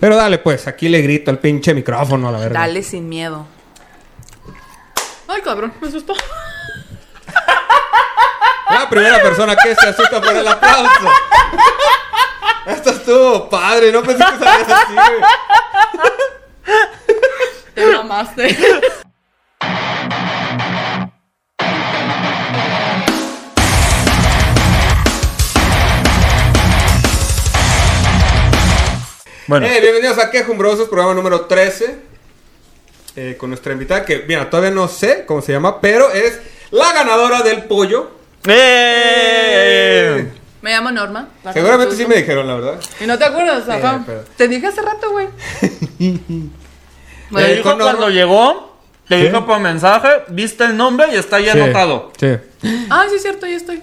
Pero dale, pues, aquí le grito al pinche micrófono a la verga. Dale sin miedo. Ay, cabrón, me asustó. La primera persona que se asusta por el aplauso. Esto estuvo padre, no pensé que salías así, güey. Te mamaste. Bueno, Eh, bienvenidos a Quejumbrosos, programa número 13. eh, con nuestra invitada que, mira, todavía no sé cómo se llama, pero es la ganadora del pollo. ¡Eh! Me llamo Norma. Seguramente sí me dijeron, la verdad. Y no te acuerdas, ajá. Eh, pero- Te dije hace rato, güey. Me Eh, dijo con cuando Norma- llegó, te Sí. dijo por mensaje, viste el nombre y está Sí, ahí anotado. Sí, Ah, sí, es cierto, ahí estoy.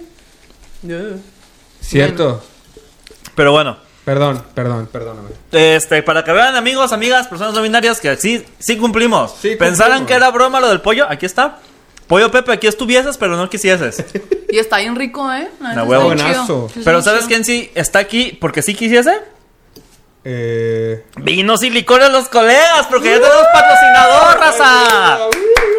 cierto. Pero bueno, Perdón, perdón, perdóname. este, para que vean amigos, amigas, personas no binarias, que sí, sí cumplimos. Sí Pensaran cumplimos. que era broma lo del pollo, aquí está. Pollo Pepe, aquí estuvieses, pero no quisieses. Y está bien rico, ¿eh? La neta, huevo. está bien chido. Buenazo. Sí, Pero sí, ¿sabes sí. quién sí está aquí porque sí quisiese? Eh... Vinos y licores los colegas, porque ya tenemos patrocinador, raza.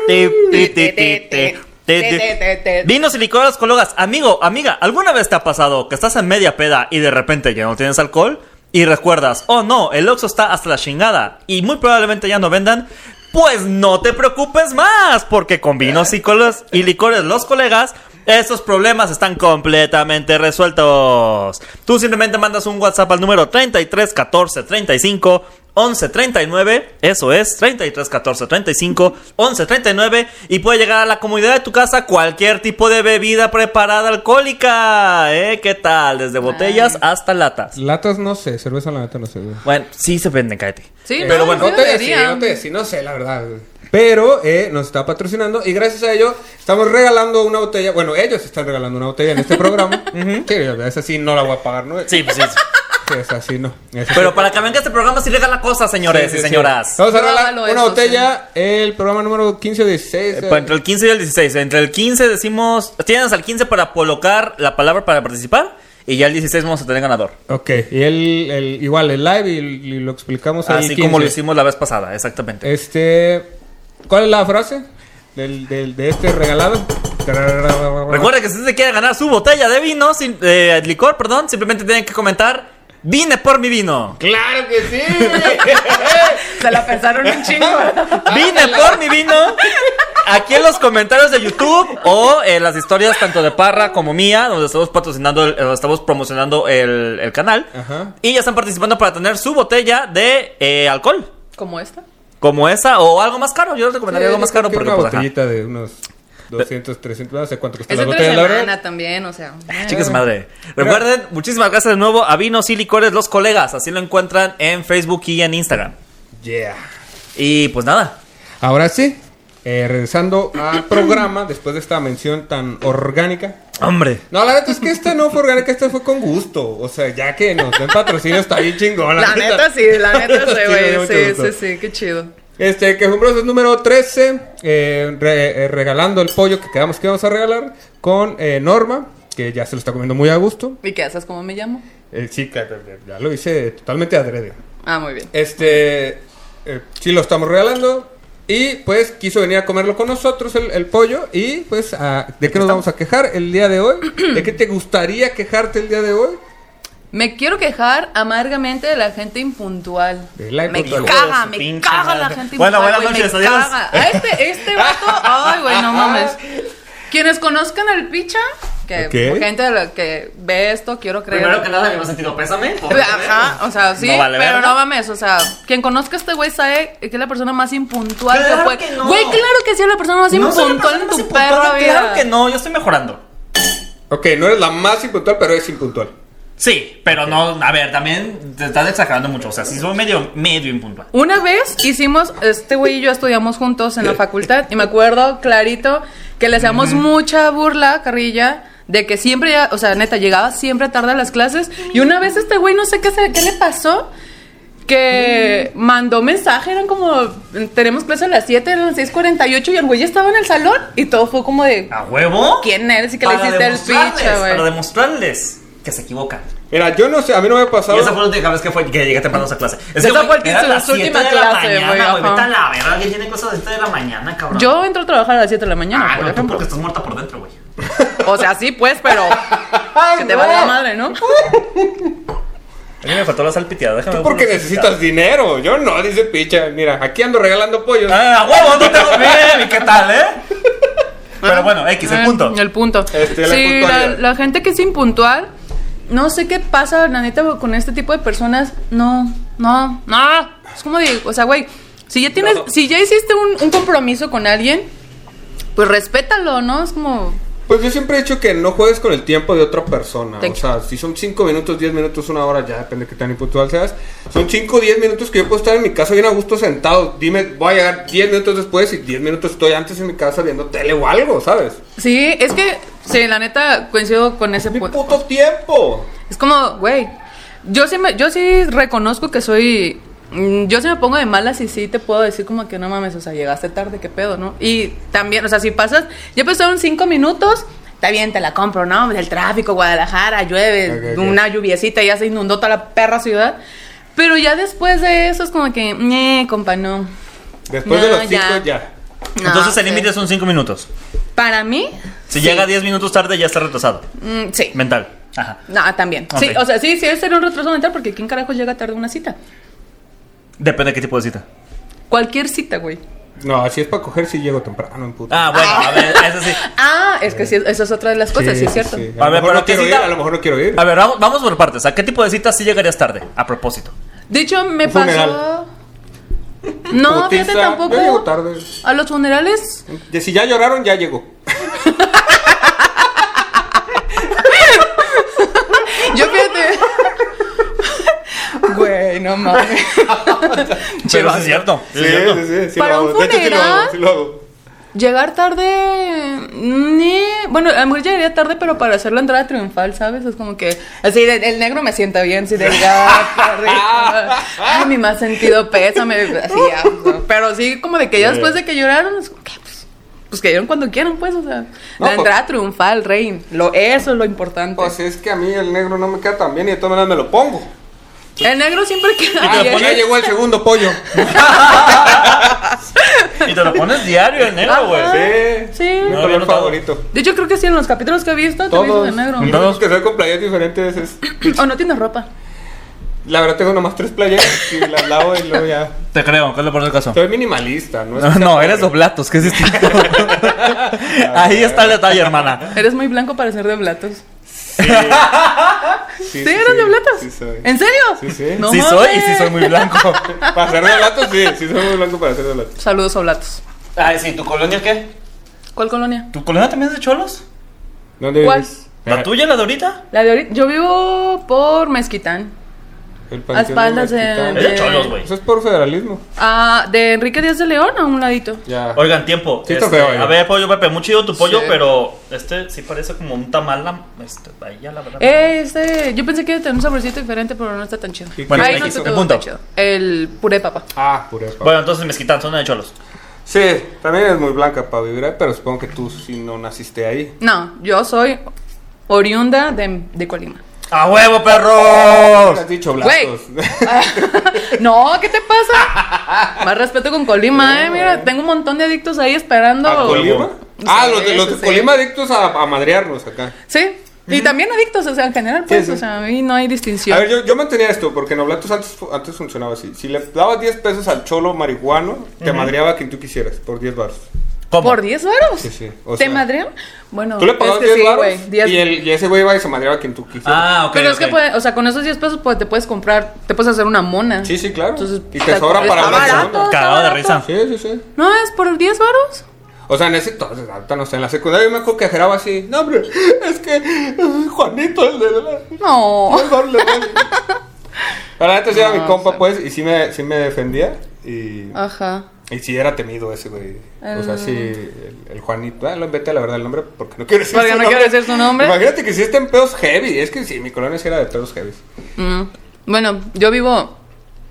Ti, ti, ti, ti, ti, ti, ti. Vinos y licores colegas, amigo, amiga, ¿alguna vez te ha pasado que estás en media peda y de repente ya no tienes alcohol? Y recuerdas, oh no, el Oxxo está hasta la chingada y muy probablemente ya no vendan. Pues no te preocupes más, porque con vinos y, colas- y licores los colegas, estos problemas están completamente resueltos. Tú simplemente mandas un WhatsApp al número 33 14 35 11 39, eso es 33 14 35 11 39 y puede llegar a la comunidad de tu casa cualquier tipo de bebida preparada alcohólica, ¿eh? ¿Qué tal? Desde botellas hasta latas. Latas no sé, cerveza la neta no sé. güey. Bueno, sí se venden, cállate. Sí, Pero no, bueno, sí no te decí, deberían. no te decí, no sé, la verdad. güey. Pero eh, nos está patrocinando y gracias a ello estamos regalando una botella. Bueno, ellos están regalando una botella en este programa. Ujú. Sí, esa sí no la voy a pagar, ¿no? Sí, pues sí. Sí, esa sí no. Esa Pero sí. para que venga este programa sí regala cosas, señores Sí, sí, y sí. señoras. Vamos a regalar Regálalo una eso, botella, el programa número 15 o 16. Eh, eh, pa- Entre el 15 y el 16. Entre el 15 decimos. Tienes al 15 para colocar la palabra para participar. Y ya el 16 vamos a tener ganador. Ok, y el, el- igual el live y, y lo explicamos ahí, Así como lo 15. hicimos la vez pasada, exactamente. Este, ¿cuál es la frase del, del- de este regalado? Recuerda que si usted quiere ganar su botella de vino, sin- eh, licor, perdón, simplemente tienen que comentar: Vine por mi vino. ¡Claro que sí! Se la pensaron un chingo. Vine por mi vino. Aquí en los comentarios de YouTube o en las historias tanto de Parra como mía, donde estamos patrocinando, el- donde estamos promocionando el, el canal. Ajá. Y ya están participando para tener su botella de eh, alcohol. ¿Como esta? Como esa o algo más caro. Yo les recomendaría algo más Yo Eh, creo caro que porque Una pues, ajá. botellita de unos 200, 300, no sé cuánto cuesta Es la entre botella, la verdad. semana también, o sea. Ah, Chicas madre. Recuerden, muchísimas gracias de nuevo a Vinos y Licores Los Colegas. Así lo encuentran en Facebook y en Instagram. Yeah. Y pues nada. Ahora sí, eh, regresando al programa, después de esta mención tan orgánica. Hombre. No, la neta es que esta no fue orgánica, esta fue con gusto. O sea, ya que nos den patrocinio está bien chingón. La neta sí, la neta sí, me da güey. mucho Sí, gusto. sí, sí, qué chido. Este, quejumbrosos número 13, eh, re- eh, regalando el pollo que quedamos que íbamos a regalar con eh, Norma, que ya se lo está comiendo muy a gusto. ¿Y qué haces? ¿Cómo me llamo? Eh, sí, claro, ya lo hice totalmente adrede. Ah, muy bien. Este, eh, sí lo estamos regalando. Y pues quiso venir a comerlo con nosotros el, el pollo. Y pues, ah, ¿de qué nos vamos a quejar el día de hoy? ¿De qué te gustaría quejarte el día de hoy? Me quiero quejar amargamente de la gente impuntual. De la me impuntual. caga, Hijo de su me pinche caga madre. la gente Bueno, impuntual. buenas güey, noches, me adiós. caga. Ah, Este, este vato, ay, güey, no mames. Quienes conozcan al picha, que Ok. gente de la que ve esto, quiero creer. nada, me he sentido pésame. Ajá, o sea, sí, ¿eh? No vale pero verga. no mames, o sea, quien conozca a este güey sabe que es la persona más impuntual Claro que puede. que no. Güey, claro que sí es la persona más No soy la impuntual persona en más tu impuntual, perra vida. Claro que no, yo estoy mejorando. Ok, no eres la más impuntual, pero es impuntual. Sí, pero no, a ver, también te estás exagerando mucho. O sea, sí soy medio, medio impuntual. Una vez hicimos, este güey y yo estudiamos juntos en la facultad y me acuerdo clarito que le hacíamos mucha burla, carrilla, de que siempre, ya- o sea, neta, llegaba siempre tarde a las clases y una vez este güey, no sé qué, se- qué le pasó, que mandó mensaje, eran como, tenemos clase a las 7, eran las 6.48 y el güey ya estaba en el salón y todo fue como de, ¿A huevo? ¿quién eres? Y que le Para hiciste el demostrarles, picha, Para güey. demostrarles que se equivocan. Mira, yo no sé, a mí no me ha pasado. Y esa fue la última vez que, fue, que llegué temprano a esa clase. Es Esa que, güey, fue el que eran hizo la las siete última de la clase, güey, mañana, güey. ajá. Vete a la verga, que tiene cosas a las 7 de la mañana, cabrón. Yo entro a trabajar a las 7 de la mañana, Ah, por no, tú ejemplo. porque estás muerta por dentro, güey. O sea, sí, pues, pero. ¡Ay, Que te no! va la madre, ¿no? A mí me faltó la salpiteada, déjame ver Porque por la necesitas dinero. Yo no, dice picha. Mira, aquí ando regalando pollos. salpiteada. Ah, huevo, no tengo. Miren, ¿y qué tal, eh? Pero bueno, X, el Eh, punto. El punto. Este, la sí, la, puntualidad. la gente que es impuntual, no sé qué pasa, la neta, con este tipo de personas. No, no, no. Es como digo, o sea, güey, si ya tienes, No. si ya hiciste un, un compromiso con alguien, pues respétalo, ¿no? Es como. Pues yo siempre he dicho que no juegues con el tiempo de otra persona. Thank O sea, si son 5 minutos, 10 minutos, una hora, ya depende de qué tan impuntual seas. Son 5 o 10 minutos que yo puedo estar en mi casa bien a gusto sentado. Dime, voy a llegar 10 minutos después y 10 minutos estoy antes en mi casa viendo tele o algo, ¿sabes? Sí, es que, sí, la neta, coincido con ese Mi punto. puto tiempo. Es como, güey, yo sí, me, yo sí reconozco que soy... mm, Yo sí me pongo de malas y sí te puedo decir como que no mames, o sea, llegaste tarde, qué pedo, ¿no? Y también, o sea, si pasas, ya pasaron cinco minutos, está bien, te la compro, ¿no? El tráfico, Guadalajara, llueve, Ok, ok. una lluviecita, ya se inundó toda la perra ciudad. Pero ya después de eso es como que, eh, compa, no. Después No, de los 5 ya. ya. No, Entonces el Ah, sí. límite son 5 minutos. Para mí, Si llega 10 minutos tarde, ya está retrasado. mm, sí. Mental. Ajá. No, también. Sí, Ok. o sea, sí, sí, es ser un retraso mental porque ¿quién carajo llega tarde a una cita? Depende de qué tipo de cita. Cualquier cita, güey. No, así es para coger si llego temprano, en puto. Ah, bueno, a ver, eso sí. Ah, es que sí, esa es otra de las cosas, sí, Pues es cierto. sí. A A, ver, lo mejor pero no quiero ¿qué ir, cita? a lo mejor no quiero ir. A ver, vamos, vamos por partes. ¿A qué tipo de cita sí llegarías tarde? A propósito. De hecho, me Un funeral. pasó. No, fíjate Putiza, tampoco. Yo llego tarde. A los funerales. De si ya lloraron, ya llego. Yo fíjate. Güey, no mames. Pero sí es cierto. sí es cierto. sí, Para un De hecho, sí lo hago, funeral. sí lo hago. Llegar tarde. mm, Ni... Bueno, a lo mejor llegaría tarde, pero para hacer la entrada triunfal, ¿sabes? Es como que. Así, de- el negro me sienta bien, si de llegar tarde. Ay, mi más sentido pésame. Así ya. o sea, Pero sí, como de que ya después de que lloraron, es como que, pues, pues que lloran cuando quieran, pues, o sea. No, la pues- entrada triunfal, rey. Lo, eso es lo importante. Pues es que a mí el negro no me queda tan bien y de todas maneras me lo pongo. El negro siempre ¿eh? que. Ah, Ay, ya ay, llegó el segundo pollo. Y te lo pones diario en negro, güey. Ajá. Sí. Ah, Sí. Mi No, yo color no favorito. De hecho, creo que sí, en los capítulos que he visto, te visto Todos. de negro. Y los que soy con playas diferentes es... o no tienes ropa. La verdad tengo nomás tres playeras y las lavo y luego ya... Te creo, ¿cuál es lo por el caso? Soy minimalista, ¿no? es No, que sea no, pobre. eres doblatos, que es distinto. Ahí está el detalle, hermana. Eres muy blanco para ser de blatos. Sí, ¿Sí, eres de blatos? Sí soy. ¿En serio? Sí, sí. No sí soy y mames. sí soy muy blanco. Para ser de blatos, sí. Sí soy muy blanco para ser de blatos. Saludos a blatos. Ay, sí, ¿tu colonia qué? ¿Cuál colonia? ¿Tu colonia también es de cholos? ¿Dónde ¿Cuál? vives? ¿La tuya, la de ahorita? La de ahorita. Yo vivo por Mezquitán. El A espaldas de- Mezquitán. Es de cholos, güey. Eso es por federalismo. Ah, de Enrique Díaz de León a un ladito. Ya. Oigan, tiempo. Ah. Sí, está este, feo, oiga. a ver, pollo Pepe, muy chido tu pollo, Sí. pero este sí parece como un tamal. la- Este, ahí ya la verdad. Eh, este, yo pensé que iba a tener un saborcito diferente, pero no está tan chido. ¿Y Bueno, Ay, qué no hizo? está tan Punto. chido. El puré de papa. Ah, puré. pa. Bueno, entonces mezquitan, zona de cholos. Sí, también eres muy blanca para vivir ahí, pero supongo que tú sí no naciste ahí. No, yo soy oriunda de, de Colima. ¡A huevo, Nunca perros! has dicho Güey. blancos. no, ¿qué te pasa? Más respeto con Colima, eh. Mira, tengo un montón de adictos ahí esperando. ¿A Colima? Sí, Ah, los de, los de sí. Colima adictos a, a madrearnos acá. Sí. Y también adictos, o sea, en general, pues, sí. o sea, a mí no hay distinción. A ver, yo, yo mantenía esto, porque en Oblatos antes, fu- antes funcionaba así. Si le dabas 10 pesos al cholo marihuano, te madreaba a quien tú quisieras, por 10 baros. ¿Cómo? ¿Por 10 varos? Sí, sí, o ¿Te sea- madrean? Bueno, Tú le pagabas es que 10 sí, baros güey, 10. y, el- y ese güey iba y se madreaba a quien tú quisieras. Ah, ok. Pero es ok. que, puede- o sea, con esos 10 pesos pues, te puedes comprar, te puedes hacer una mona. Sí, sí, claro. Entonces, Y te sobra está- para está la segunda. barato, está Cagado de barato. risa. Sí, sí, sí. ¿No es por 10 varos? O sea, en ese entonces, ahorita no sé, en la secundaria yo me acuerdo que jeraba así. No, hombre, es que eh, Juanito, el de la... No. Por favor, le doy. Pero antes era mi No, compa, sí. Ah. pues, y sí me, sí me defendía. Y, Ajá. y sí era temido ese, güey. O sea, El- sí, el, el Juanito. Ah, lo inventé, la verdad, el nombre, porque no quiero decir Eh. Porque su no nombre. quiero decir su nombre. Imagínate que sí está en pedos heavy. Es que sí, mi colonia sí era de pedos heavy. Mm. Bueno, yo vivo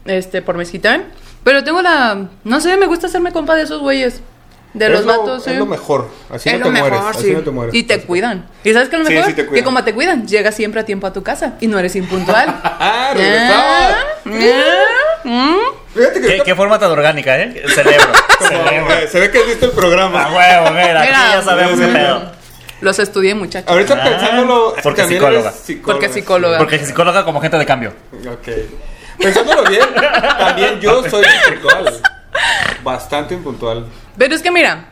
este por Mezquitán, pero tengo la no sé, me gusta hacerme compa de esos güeyes. De Es los lo- vatos, sí. Es lo mejor. Así es no lo te mejor, mueres. sí. Así no te mueres. Y te cuidan. ¿Y sabes qué es lo Sí, mejor? sí te que cuidan. como te cuidan, llegas siempre a tiempo a tu casa y no eres impuntual. Ah, regresamos. Ah, ah, mm. Fíjate que ¿Qué, está- qué forma tan orgánica, ¿eh? El cerebro. como, cerebro. eh, se ve que has visto el A programa. huevo, mira, aquí Mira. ya sabemos qué pedo. Los estudié, muchachos. Ahorita Ah, pensándolo. es que porque también psicóloga. eres psicóloga. Porque psicóloga. Porque psicóloga como gente de cambio. sí. Ok. Pensándolo bien, también yo soy impuntual. Bastante impuntual. Pero es que mira,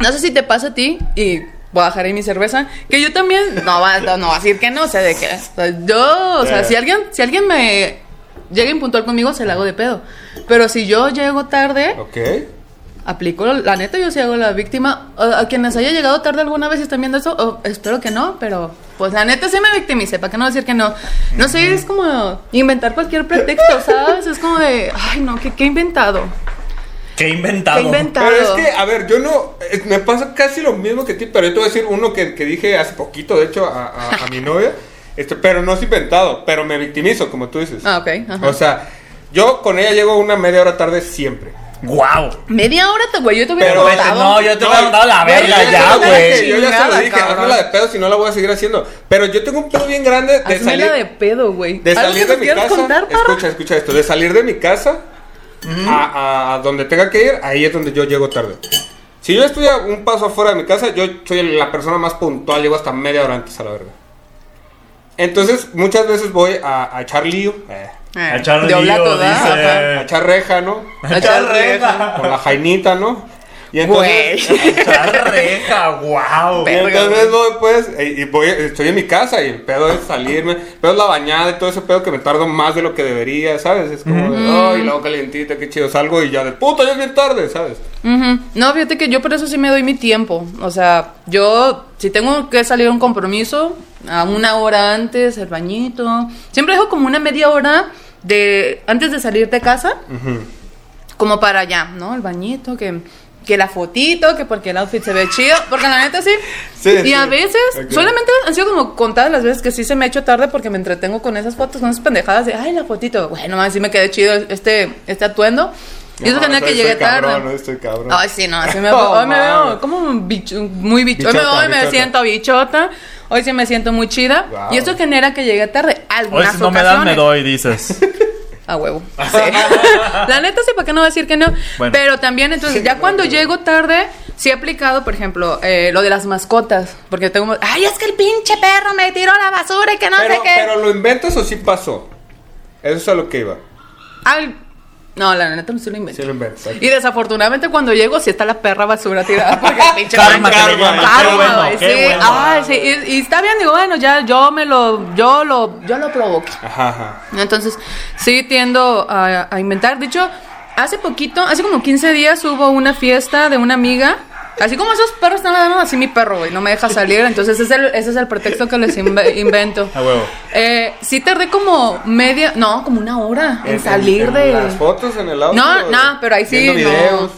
no sé si te pasa a ti y voy a dejar ahí mi cerveza, que yo también no va, no, no va a decir que no, o sea, de que o sea, yo, o sea, Eh. si alguien si alguien me llega impuntual conmigo se la hago de pedo. Pero si yo llego tarde, Ok. aplico la neta yo sí hago la víctima a, a quienes haya llegado tarde alguna vez y están viendo eso, o- espero que no, pero pues la neta sí me victimicé, para qué no decir que no. No sé, es como inventar cualquier pretexto, ¿sabes? Es como de, ay, no, ¿qué, qué he inventado? Qué inventado. ¿Qué he inventado? Pero es que, a ver, yo no. eh, Me pasa casi lo mismo que a ti, pero yo te voy a decir uno que, que dije hace poquito, de hecho, a, a- a mi novia. Este, pero no es inventado, pero me victimizo, como tú dices. Ah, ok, ajá. O sea, yo con ella llego una media hora tarde siempre. Guau. Media hora, te- güey, yo te hubiera Pero- Vete, contado. no, yo te No, voy a mandar a la güey, verga yo ya, ya te güey. mandé Yo ya se lo Chingada, dije, cabrón. hazmela de pedo si no la voy a seguir haciendo. Pero yo tengo un pedo bien grande de Hazmela salir. de pedo, güey. De ¿Algo que salir nos de mi quieras casa. contar, Parra? escucha, escucha esto. De salir de mi casa a, a- a donde tenga que ir, ahí es donde yo llego tarde. Si yo estoy a un paso afuera de mi casa, yo soy la persona más puntual, llego hasta media hora antes a la verga. Entonces, muchas veces voy a, a echar lío, eh, Eh, A echar de hablar lío, toda, dice. ajá. a echar reja, ¿no? A echar reja. Con la jainita, ¿no? Y Güey. entonces, Echar reja, guau. y entonces voy, pues, y y voy, estoy en mi casa y el pedo es salirme. El pedo es la bañada y todo ese pedo que me tardo más de lo que debería, ¿sabes? Es como de, ay, la boca calientita, qué chido salgo y ya de puta, ya es bien tarde, ¿sabes? Ujú. No, fíjate que yo por eso sí me doy mi tiempo. O sea, yo si tengo que salir a un compromiso, a una hora antes, el bañito. Siempre dejo como una media hora de antes de salir de casa, como para allá, ¿no? El bañito, que, que la fotito, que porque el outfit se ve chido. Porque la neta sí. Sí, y sí. a veces, Ok. solamente han sido como contadas las veces que sí se me ha hecho tarde porque me entretengo con esas fotos, con esas pendejadas de, ay, la fotito. Bueno, más sí me quedé chido este, este atuendo. Y eso No, tenía soy- que soy llegué tarde. cabrón, no estoy cabrón. Ay, sí, no, sí me, Oh, hoy me man. veo como un bicho- muy bichota. Hoy me, Bichota, hoy me bichota. siento bichota. Hoy sí me siento muy chida. Wow. Y esto genera que llegue tarde. Hoy Algunas si no me dan, me ocasiones. doy, dices. A huevo. Sí. la neta sí, ¿para qué no decir que no? Bueno. Pero también, entonces, ya cuando llego tarde, sí he aplicado, por ejemplo, eh, lo de las mascotas. Porque tengo. Ay, es que el pinche perro me tiró la basura y que no sé pero, qué. pero lo inventas o sí pasó. Eso es a lo que iba. Al- No, la neta no se lo invento. Sí lo inventas. ok. Y desafortunadamente cuando llego sí está la perra basura tirada porque el pinche Karma, karma, que le llaman. karma, Qué bueno, güey, qué sí. bueno. Ay, sí, Y, y está bien, digo, bueno, ya yo me lo, yo lo, yo lo provoqué. Ajá, ajá. Entonces, sí tiendo a, a inventar. De hecho, hace poquito, hace como 15 días hubo una fiesta de una amiga. Así como esos perros están ladrando, así mi perro, güey, no me deja salir. Entonces, ese es el, ese es el pretexto que les inve- invento. A huevo. Eh, sí tardé como media, no, como una hora en, salir en de... Las fotos en el auto. No, no, pero ahí sí, viendo no. videos.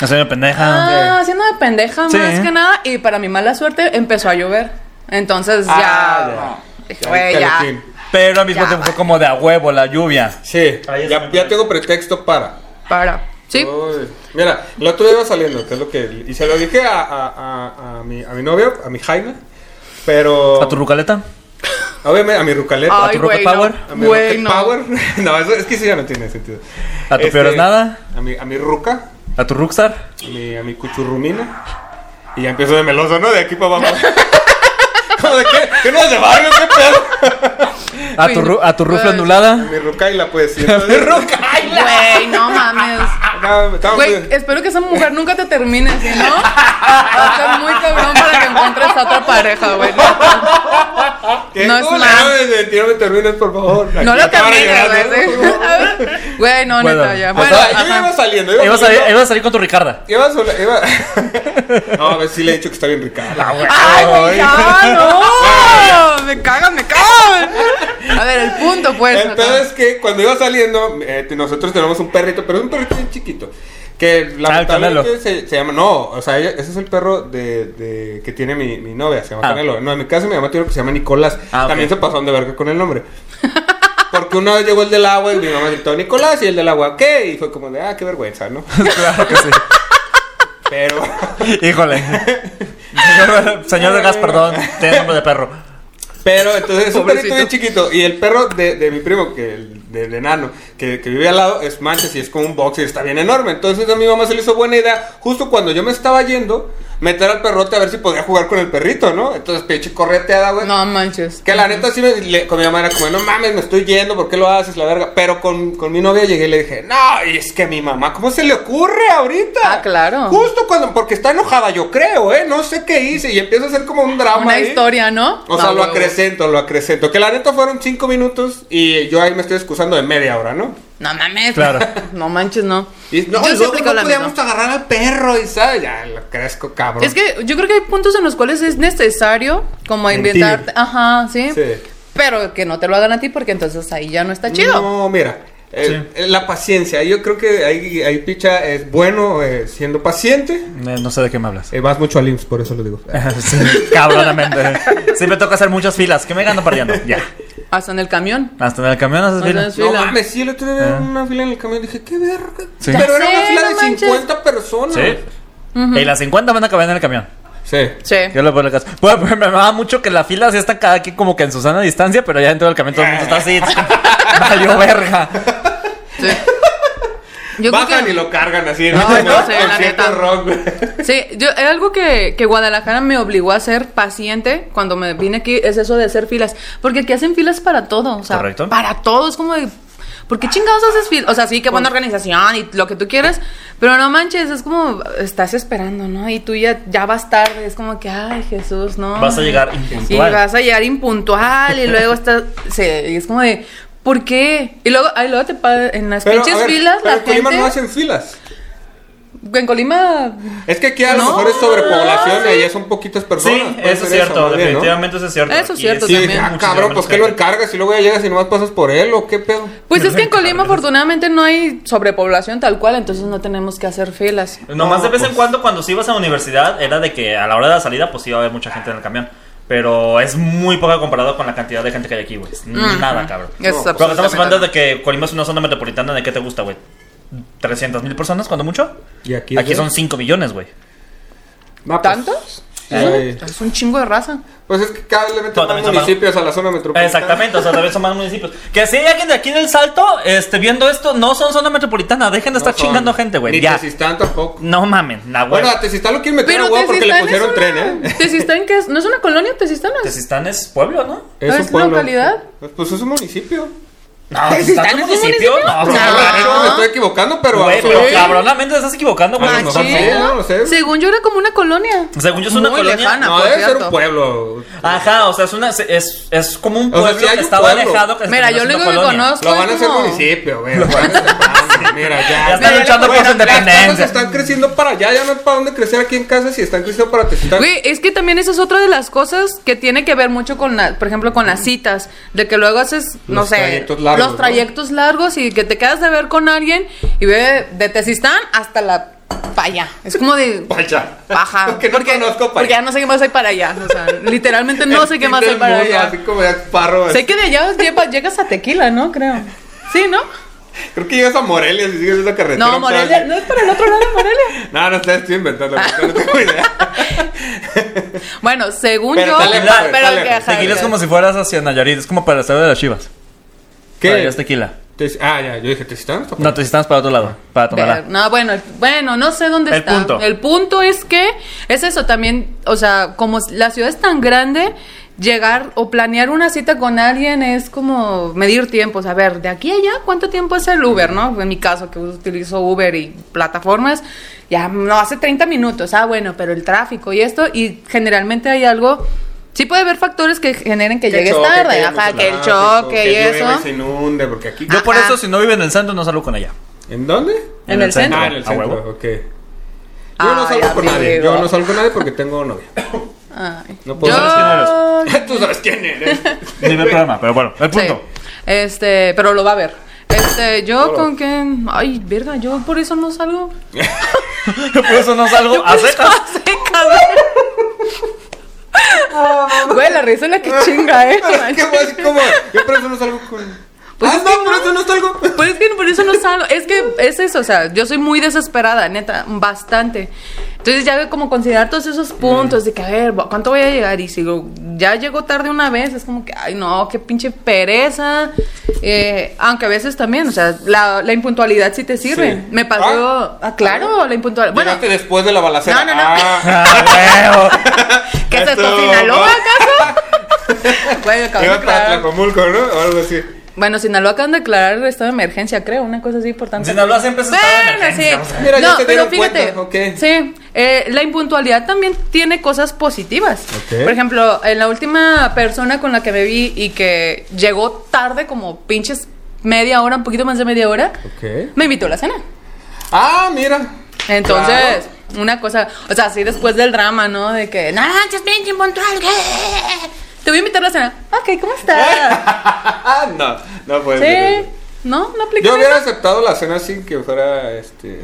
No soy una pendeja. Ah, haciendo de pendeja Sí. más que nada. Y para mi mala suerte empezó a llover. Entonces Ah, ya. Dije, ya, güey, ya. caletín. Pero al mismo Ya, tiempo fue como de a huevo la lluvia. Sí, Ahí es ya, donde- ya tengo pretexto para. Para. Sí. Uy, Mira, el otro día iba saliendo, que es lo que. Y se lo dije a, a, a, a mi, a mi novia, a mi Jaime. Pero. ¿A tu rucaleta? Obviamente, a mi rucaleta. Ay, a tu Rocket no. Power? tu- a mi Güey, Rocket no. Power. no, eso, es que eso ya no tiene sentido. Este, ¿A tu peor es nada? A mi, a mi ruca, ¿A tu ruxar? a mi, a mi cuchurrumina. Y ya empiezo de meloso, ¿no? De aquí para abajo. ¿Cómo de qué? ¿Qué nos llevaron? ¿Qué pedo? ¿A tu, ru- a tu rufla Pues- A ondulada? mi rucaila, pues. y ¿A mi entonces- rucaila? Güey, no mames. No, estaba Güey, muy- espero que esa mujer nunca te termine, si no, va a estar muy cabrón para que encuentres a otra pareja, güey. ¿Qué? no es Hola, más. No, me- no me eh, termines, por favor. No lo Acaba de termines, llegar, güey. ¿no? sí. A ver. Güey, no, Bueno, neta, ya. pues, Bueno, o sea, yo ajá. iba saliendo, iba Ibas a, saliendo. ibas a salir con tu Ricarda. Iba sola, iba. No, a ver si le he dicho que está bien Ah, rica. ¡Ay, güey, ya, no! Me cagan, me cagan. A ver, el punto, pues. El acá. pedo es que cuando iba saliendo, eh, nosotros tenemos un perrito, pero es un perrito bien chiquito. Que lamentablemente Ah, Canelo. se, se llama. No, o sea, ella- ese es el perro de, de- que tiene mi, mi novia, se llama Ah. Canelo. No, en mi caso mi mamá tiene uno que se llama Nicolás. Ah, ok. También se pasaron de verga con el nombre. Porque una vez llegó el del agua y mi mamá gritó Nicolás y el del agua, ¿qué? Y fue como de, ah, qué vergüenza, ¿no? claro que sí. Pero. Híjole. Señor, señor de gas, perdón, tiene nombre de perro. Pero entonces es un perrito Pobrecito. bien chiquito. Y el perro de, de mi primo, que el del enano, que, que vive al lado, es manches y es como un boxer, está bien enorme. Entonces a mi mamá se le hizo buena idea, justo cuando yo me estaba yendo, meter al perrote a ver si podía jugar con el perrito, ¿no? Entonces, pinche correteada, güey. No manches. Que la neta sí me, le- con mi mamá era como, no mames, me estoy yendo, ¿por qué lo haces, la verga? Pero con, con mi novia llegué y le dije, no, y es que mi mamá, ¿cómo se le ocurre ahorita? Ah, claro. Justo cuando, porque está enojada, yo creo, ¿eh? No sé qué hice y empieza a hacer como un drama. Una ahí. historia, ¿no? O sea, No, lo huevo. acrecento, lo acrecento. Que la neta fueron cinco minutos y yo ahí me estoy excusando de media hora, ¿no? No mames. Claro. No manches, no. Y no, Yo y sí luego aplico no la misma. podíamos agarrar al perro y ¿sabes? ya lo crezco, cabrón. Es que yo creo que hay puntos en los cuales es necesario como Mentir. inventarte. Ajá, ¿sí? Sí. Pero que no te lo hagan a ti porque entonces ahí ya no está chido. No, mira. eh, eh, La paciencia, yo creo que ahí, ahí Picha es bueno eh, siendo paciente. Eh, No sé de qué me hablas. Eh, vas mucho al IMSS, por eso lo digo. Ah, Sí, Cabronamente. Siempre toca hacer muchas filas. ¿Qué me gano perdiendo? Ya. Hasta en el camión. Hasta en el camión haces Hasta en filas. el- No Fila. mames, sí, el otro día había una fila en el camión dije, qué verga. Ah. Sí. Pero Ya era una sé, fila no de manches. 50 personas. Sí. Y las 50 van a caber en el camión. Sí. Sí. Yo lo pongo caso. Bueno, pero me va mucho que la fila sí está cada aquí como que en su sana distancia, pero ya dentro del camión todo el mundo está así. Valió verga. sí. Yo creo Bajan que- y lo cargan así. No, Como no sé, la concierto neta. rock, güey. Sí, yo, era algo que, que Guadalajara me obligó a ser paciente cuando me vine aquí, es eso de hacer filas. Porque aquí hacen filas para todo, o sea, Correcto. para todo, es como de... ¿Por qué chingados haces filas? O sea, sí, qué buena organización y lo que tú quieras, pero no manches, es como, estás esperando, ¿no? Y tú ya, ya vas tarde, es como que, ay, Jesús, no. Vas a llegar Y impuntual. vas a llegar impuntual y luego estás... Sí, y es como de, ¿por qué? Y luego, ay, luego te pa- en las Pero, pinches a ver, filas pero la en Colima gente... no hacen filas. En Colima... Es que aquí a lo No, mejor es sobrepoblación sí. y ya son poquitas personas. Sí, Pues puede eso ser es cierto, más bien, ¿no? definitivamente eso es cierto. Eso es Y cierto Sí, también. dije, ah, muchísimo cabrón, menos pues que lo gente. encargas y luego ya llegas y nomás pasas por él o qué pedo. Pues es que en Colima afortunadamente no hay sobrepoblación tal cual, entonces no tenemos que hacer filas. Nomás No, de vez pues. en cuando cuando sí ibas a la universidad era de que a la hora de la salida pues sí iba a haber mucha gente en el camión. Pero es muy poco comparado con la cantidad de gente que hay aquí, güey. Es Nada, cabrón. Mm. No, Es Pero estamos absolutamente hablando nada. de que Colima es una zona metropolitana de qué te gusta, güey. 300 mil personas, cuando mucho. Y aquí, Aquí son 5 millones, güey. No, pues, ¿Tantos? sí, güey. Es un chingo de raza. Pues es que cada vez le No, meten más también son municipios a la zona metropolitana. Exactamente, o sea, también son más municipios. Que si hay alguien de aquí en el salto, este, viendo esto, no son zona metropolitana, dejen No de estar son- chingando gente, güey. Ni Ya. Ah, Tezistán tampoco. No mamen, la güey. Bueno, a Tezistán lo quieren meter a Pero huevo porque le Tezistán pusieron es tren, una- ¿eh? Tezistán que es, no es una colonia, Tezistán es- Tezistán es pueblo, ¿no? ¿Es localidad? Pues es un municipio. No, ¿Tezistán Tezistán es es un municipio. municipio? Ah, No, No. cabrón. Yo me estoy equivocando, pero... Güey, a- pero Sí. cabronamente te estás equivocando, güey. Ah, Machín. Mejor sí, no lo sé. Según yo era como una colonia. Según yo es una Muy colonia. lejana, No, por debe ser cierto. un pueblo. Ajá, o sea, es una es, es como un O sea, pueblo sí hay que un estaba pueblo. alejado que se Mira, yo terminó lo único siendo que colonia. conozco Lo van a es hacer como- municipio, güey. lo van a hacer- Ah, Mira, ya. Ya están Mira, luchando por güey, su las cosas independencia. Están creciendo para allá, ya no hay para dónde crecer aquí en casa si están creciendo para Tezistán. Güey, es que también esa es otra de las cosas que tiene que ver mucho con, la- por ejemplo, con las citas, de que luego haces, no Mm. Los sé, trayectos largos, los trayectos largos y que te quedas de ver con alguien y ve de Tezistán hasta la falla. Es como de Pacha. paja. Porque no conozco Porque ya no sé qué más hay para allá. O sea, literalmente no sé qué más hay para allá. Así como ya parro. Sé que de allá lleva- llegas a Tequila, ¿no? Creo. Sí, ¿no? Creo que llegas a Morelia si sigues esa carretera. No, Morelia. No es para el otro lado de Morelia. No, no, te estoy inventando. No tengo idea. Bueno, según Pero yo. está lejos, pero está el que- lejos. ajá, Tequila es ya. como si fueras hacia Nayarit, es como para el estado de las Chivas. Para allá es tequila. Te- Ah, ya, yo dije, ¿te están? No, Tezistán es para otro lado, para Tonalá. Ver, no, bueno, el- bueno, no sé dónde El está. punto. El punto es que es eso también, o sea, como la ciudad es tan grande, llegar o planear una cita con alguien es como medir tiempos, a ver, de aquí a allá cuánto tiempo es el Uber, ¿no? En mi caso que utilizo Uber y plataformas, ya no hace 30 minutos. Ah, bueno, pero el tráfico y esto y generalmente hay algo Sí puede haber factores que generen que, llegues choque, tarde, que ajá, mucho que el tráfico, choque y que llueva eso. Ah. se inunde, porque aquí. Yo por Ajá. eso, si no vive en el centro, no salgo con ella. ¿En dónde? En el centro. Ah, en el A huevo. centro, ok. Yo no Ay, salgo con nadie. Yo amigo. no salgo con nadie porque tengo novia. Ay. No puedo Yo- saber quién eres. Tú sabes quién eres. Ni ve el programa, pero bueno, el punto. Sí. Este, pero lo va a ver. Este, yo Claro. con que. Ay, verga, yo por eso no salgo. Yo por eso no salgo Yo por a eso secas. a secas, güey. Güey, la risa es la que chinga, eh. Pero es que fue así como. Yo por eso no salgo con. Pues ah, es que no, por eso no salgo. Pues es que por eso no salgo. Es que es eso, o sea, yo soy muy desesperada, neta, bastante. Entonces ya como considerar todos esos puntos de que, a ver, ¿cuánto voy a llegar? Y si lo- ya llego tarde una vez, es como que, ay, no, qué pinche pereza. Eh, aunque a veces también, o sea, la, la impuntualidad sí te sirve. Sí. Me pasó, Ah. ah, claro, la impuntualidad. Bueno, Llegaste después de la balacera. No, no, no. Ah, ¿qué es esto? esto, ¿Sinaloa va. acaso? bueno, acabo de ibas para declarar- Tlacomulco, ¿no? O algo así. Bueno, Sinaloa acaban de declarar el estado de emergencia, creo, una cosa así importante. Sinaloa siempre es estado de emergencia, o sí. sea. Mira, ya no, se pero dieron fíjate, cuenta, ok. sí, eh, la impuntualidad también tiene cosas positivas. Ok. Por ejemplo, en la última persona con la que me vi y que llegó tarde como pinches media hora, un poquito más de media hora, Ok. me invitó a la cena. Ah, mira. Entonces, Claro. una cosa, o sea, así después del drama, ¿no? De que, no, manches, pinche impuntual, ¿qué? Te voy a invitar a la cena. Ok, ¿cómo estás? Ah, no, no puede ser. sí, eso. ¿no? ¿No aplica Yo hubiera aceptado la cena sin que fuera este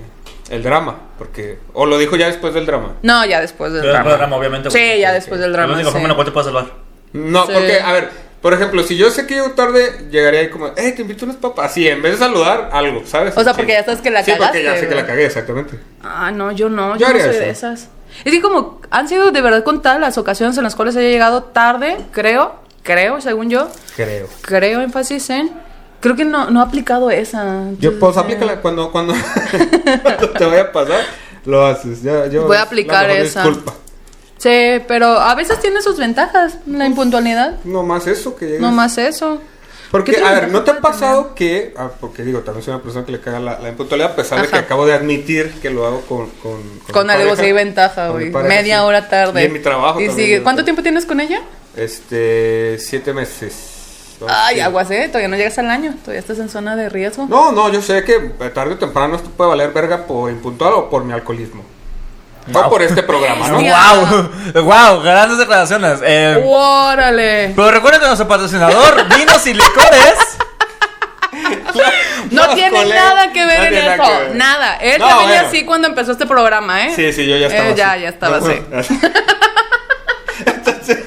el drama, porque o lo dijo ya después del drama. No, ya después del Pero drama. después del drama, obviamente. Sí, ya después del drama. La única sí. forma en la cual te puedes salvar. No, Sí. porque a ver, por ejemplo, si yo sé que llego tarde, llegaría ahí como, "Eh, te invito unas papas." Así, en vez de saludar algo, ¿sabes? O sea, Sí. porque ya sabes que la Sí, porque ya cagaste, sé que la güey. cagué exactamente. Ah, no, yo no, Yo yo, no haría soy eso. de esas. Es que como han sido de verdad contadas las ocasiones en las cuales he llegado tarde, creo, creo, según yo, Creo. creo énfasis en, creo que no, no he aplicado esa. Yo, Entonces, pues eh, aplícala cuando, cuando, cuando te vaya a pasar, lo haces. Ya, yo, Voy es a la aplicar mejor esa. Disculpa. Sí, pero a veces tiene sus ventajas, la impuntualidad, No más eso que llegues. no más eso. ¿Qué Porque, otra a ver, ¿no te ha ventaja puede pasado que.? ah, porque digo, también soy una persona que le caga la, la impuntualidad, a pesar de que Ajá. acabo de admitir que lo hago con. Con, con, Pues, Con mi algo pareja. sí ventaja, Con mi güey. pareja, Media sí. hora tarde. Y en mi trabajo. Y también, sigue. yo ¿Cuánto creo. tiempo tienes con ella? Este. Siete meses. Vamos, Ay, sí. aguas, eh. Todavía no llegas al año. Todavía estás en zona de riesgo. No, no, yo sé que eh, tarde o temprano esto puede valer verga por impuntual o por mi alcoholismo. O Wow. por este programa, ¿no? Hostia. ¡Wow! ¡Wow! Grandes declaraciones. Eh, ¡Órale! Pero recuerden que nuestro patrocinador, Vinos y Licores. No Los tiene colegas. nada que ver No en tiene eso. nada que ver. Nada. Él No, también bueno. así cuando empezó este programa, ¿eh? Sí, sí, yo ya estaba Eh, ya, así. ya estaba así. Entonces-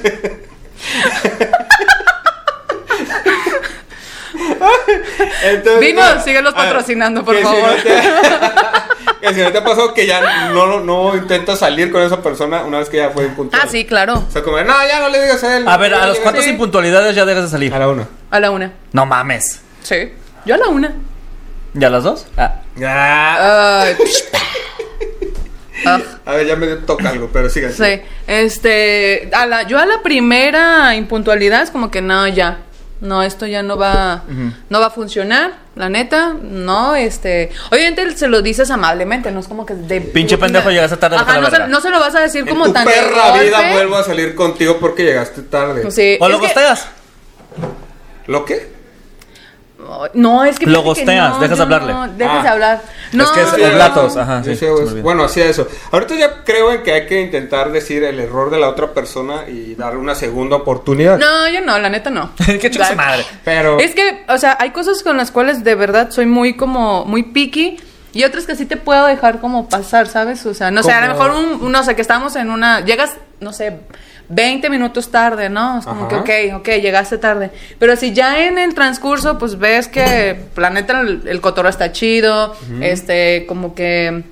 Entonces, Vino, bueno, síguelos a ver, patrocinando, por que si no favor. te- que si no te ha pasado que ya no, no, no intentas salir con esa persona una vez que ya fue impuntual. Ah, sí, claro. O sea, como, no, ya no le digas a él. A ver, ¿a los cuantos cuántas impuntualidades ya dejas de salir? A la una. A la una. No mames. Sí. Yo a la una. ¿Ya a las dos? Ah. Ay, Ah, A ver, ya me toca algo, pero sigan. sí. Este. A la, yo a la primera impuntualidad es como que no, ya. No, esto ya no va, no va a funcionar, la neta, no, este, obviamente se lo dices amablemente, no es como que de Pinche pendejo, llegaste tarde, vete a Ajá, la no, se, verga. no se lo vas a decir En como tu tan de perra vida golpe. vuelvo a salir contigo porque llegaste tarde. Sí, ¿O Eh, es lo que- gosteas? ¿Lo qué? No, es que. Lo fíjate que gosteas, no, dejas yo hablarle. No, dejas Ah. hablar. No, que es ah. no, oblatos, no. ajá. Yo sí, hacía se me eso. olvidó. bueno, hacía eso. Ahorita ya creo en que hay que intentar decir el error de la otra persona y darle una segunda oportunidad. No, yo no, la neta no. ¡Qué chica su La- madre! Pero Es que, o sea, hay cosas con las cuales de verdad soy muy como, muy picky. Y otras que sí te puedo dejar como pasar, ¿sabes? O sea, no sé, a lo Como- mejor un, un- no sé, que estamos en una, llegas, no sé, 20 minutos tarde, ¿no? Es como Ajá. que, ok, ok, llegaste tarde. Pero si ya en el transcurso, pues ves que, la neta, el, el cotorro está chido, este, como que,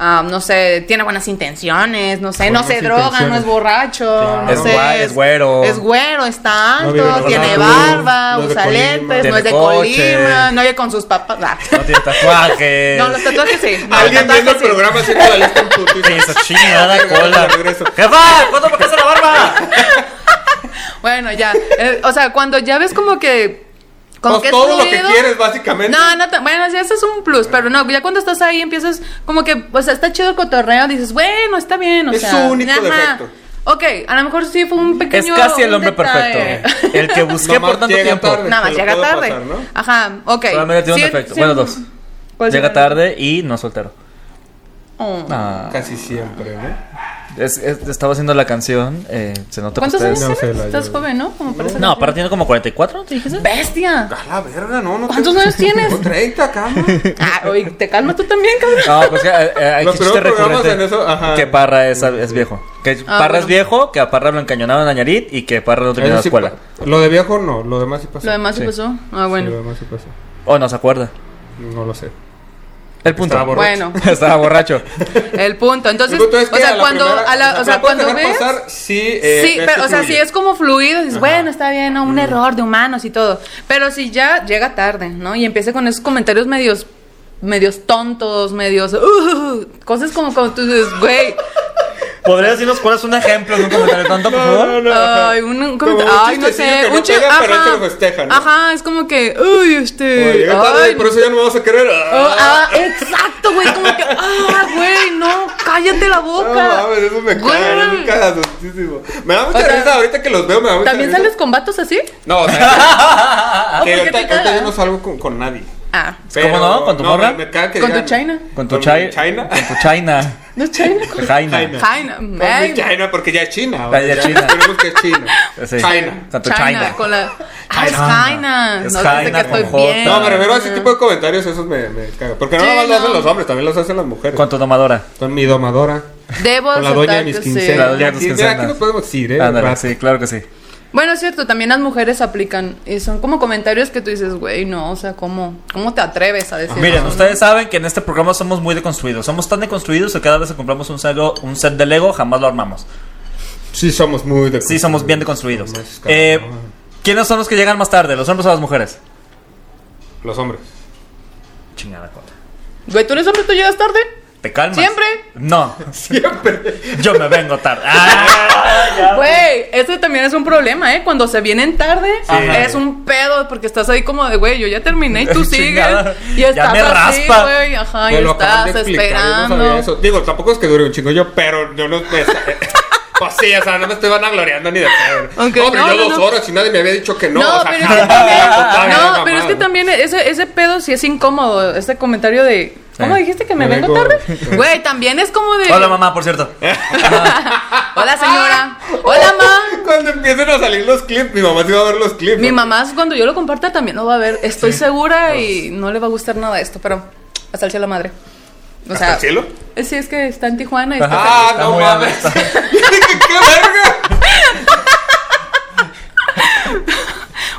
ah, no sé, tiene buenas intenciones, no sé, Buenas no se droga, no intenciones. es borracho, Claro. no Es sé, guay, es güero. Es güero, está No alto, vive en tiene Veracruz, barba, no es de usa Colima. lentes, no Tiene es de coche. Colima, no vive con sus papás. Ah. No tiene tatuajes. No, los tatuajes sí. no, los alguien tatuajes viendo el sí. programa haciendo la lista en putiza. Esa chingada cola. Regreso. ¡Jefa! ¿Cuánto me crece la barba? Bueno, ya. eh, o sea, cuando ya ves como que. Como Pues que es todo lo que fluido, quieres, básicamente. No, no, tan- bueno, sí, ese es un plus, pero no, ya cuando estás ahí empiezas como que, o sea, está chido el cotorreo, dices, bueno, está bien, o Es sea. su único defecto. Ok, a lo mejor sí fue un Es pequeño. casi el un hombre detalle. perfecto. El que busqué Nomás por tanto llega tiempo. tarde. Nada más Se lo llega puede tarde. pasar, ¿no? Ajá, ok. Solamente tiene un Sí, defecto. sí, Bueno, mm. dos. ¿Cuál Llega será? tarde y no soltero. Oh. Ah, Casi siempre, ¿no? es- es- estaba haciendo la canción. eh, se nota que ¿Cuántos ustedes. años No tienes? sé, la Estás verdad. joven, ¿no? Como para esa No, canción. aparte tiene como 44, ¿no te dijiste? ¡Bestia! A la verga, no, no. ¿Cuántos tengo- años tienes? Tengo 30, cabrón. Ah, oye, te calmas tú también, cabrón. No, pues que, eh, eh, hay Los que chiste primeros programas recurrente en eso, ajá. Mm. que Parra es, es viejo. Que Ah, Parra bueno. es viejo, que a Parra lo encañonaron a Nayarit y que Parra no terminó Eso la sí escuela. pa- Lo de viejo no, lo demás sí pasó. Lo demás se Sí. pasó. Ah, Sí, lo Oh, bueno. demás sí pasó. O no se acuerda. No lo sé. El punto. Estaba borracho. Bueno. Estaba borracho. El punto. Entonces, El punto es o que a sea, la cuando, primera- a la- o sea, puedes cuando dejar ves. pasar, sí, eh, sí, ves pero, que o sea, fluye. Mm. si es como fluido, dices, bueno, está bien, ¿no? Un error de humanos y todo. Pero si ya llega tarde, ¿no? Y empieza con esos comentarios medios medios tontos, medios... "Uh", cosas como cuando tú dices, güey, ¿Podrías decirnos cuál es un ejemplo de un comentario tonto, por favor? No, no, no. ay, un, un Como comentario... un Ay, no chistecillo sé, que no un chiste... pega, pero ahí te Ajá, lo festejan, ¿no? ajá, es como que, uy, Como este... llega tarde, ay, por eso ya no vamos a querer. oh, ah, exacto, güey, como que, ah, güey, no, cállate la No boca. mames, eso me caga, Güey. me caga asustísimo. Me da mucha O sea, risa ahorita que los veo, me da mucha ¿También risa. sales con vatos así? No, o sea, ¿O por que qué ahorita, te caga? ahorita yo no salgo con, con nadie. Ah, Pero- no? ¿Con tu morra? me- me caga que ¿Con tu digan- china? Con tu mi chai. China. Con tu china. ¿no es China? Jaina. China. Con mi ay, China, porque ya es China. Ah, Ya es China. Tenemos que es China. Sí. China. Con tu China, china. con la... Ah, es China. China. Es No sé China que estoy con J. bien. No, me refiero a ese tipo de comentarios, esos me, me cagan. Porque no Sí, nada más lo hacen no. los hombres, también los hacen las mujeres. Con tu domadora. Con mi domadora. Debo Con la aceptar doña de mis que sí. quincenas. La doña de mis Aquí- mira, quincenas. Aquí no podemos decir, ¿eh? Ándale, Rap. sí, claro que sí. Bueno, es cierto, también las mujeres aplican. Y son como comentarios que tú dices, güey, no, o sea, ¿cómo, cómo te atreves a decir Miren, eso, ustedes saben que en este programa somos muy deconstruidos. Somos tan deconstruidos que cada vez que compramos un, celo- un set de Lego jamás lo armamos. Sí, somos muy de Sí, somos bien deconstruidos. Más cabrón. Eh, ¿Quiénes son los que llegan más tarde, los hombres o las mujeres? Los hombres. Chingada cosa. no? Güey, ¿tú eres hombre, tú llegas tarde? ¿Te calmas? ¿Siempre? No, Siempre. yo me vengo tarde. Ah, ya. Güey, ese también es un problema, ¿eh? Cuando se vienen tarde, Ajá. es un pedo porque estás ahí como de, güey, yo ya terminé y tú sigues. Chingada. Y Ya estás me así, raspa. güey, ajá, y Me lo acaban estás de explicar, yo no esperando. sabía eso. Digo, tampoco es que dure un chingo yo, pero yo no me... Pues sí, o sea, no me estoy vanagloriando ni de pedo. Aunque no, pero no, yo no, dos no. horas y nadie me había dicho que no. No, o sea, pero es que jamás, también, total, no, jamás. pero es que también ese, ese pedo sí es incómodo, este comentario de ¿Cómo Eh, dijiste que me me vengo vengo- tarde? Güey, también es como de Hola mamá, por cierto. Hola, señora. Hola ma. Cuando empiecen a salir los clips, mi mamá sí va a ver los clips. Mi ¿no? mamá cuando yo lo comparta también lo va a ver, estoy segura y no le va a gustar nada esto, pero hasta el cielo madre. O ¿Hasta sea, el cielo? eh, Sí, es que está en Tijuana y está Ah, Está no muy mames. honesta. ¡Qué verga!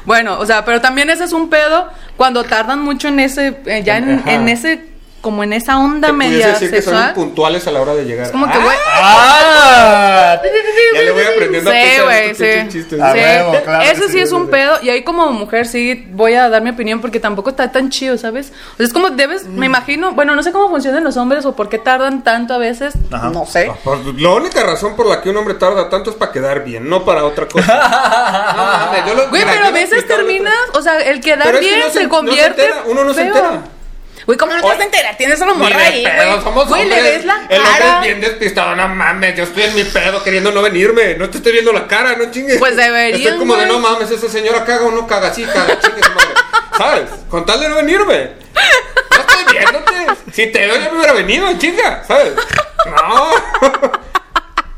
Bueno, o sea, pero también ese es un pedo cuando tardan mucho en ese, eh, ya en, Ajá. en ese, como en esa onda Te pudiese media decir que son sexual. puntuales a la hora de llegar. Es como que, güey. Ah, Ya le voy aprendiendo a Sí, pensar güey, estos pinches sí. chistes. A Sí. huevo, claro que Eso sí, sí es un sí. pedo. Y ahí como mujer sí voy a dar mi opinión porque tampoco está tan chido, ¿sabes? O sea, es como debes, me imagino, bueno, no sé cómo funcionan los hombres o por qué tardan tanto a veces. Ajá. No sé. Ah, Por- la única razón por la que un hombre tarda tanto es para quedar bien, no para otra cosa. No, mames, yo lo- Güey, mira, pero yo a lo veces explicaba la terminas, otra- o sea, el quedar Pero es que bien no se, se- no se convierte. entera, uno no se feo. entera. Güey, ¿cómo no te vas Ahora- a enterar? Tienes a la Ni de morra ahí, pedo, güey. somos Güey, le hombres. ves la El hombre es cara. bien despistado, no mames, yo estoy en mi pedo queriendo no venirme, no te estoy viendo la cara, no chingues. Pues deberían, Estoy como de güey. no mames, esa señora caga o no caga, sí, caga, chingue su madre. ¿Sabes? Con tal de no venirme. No estoy viéndote. Si te veo ya me hubiera venido, chinga, ¿sabes? No.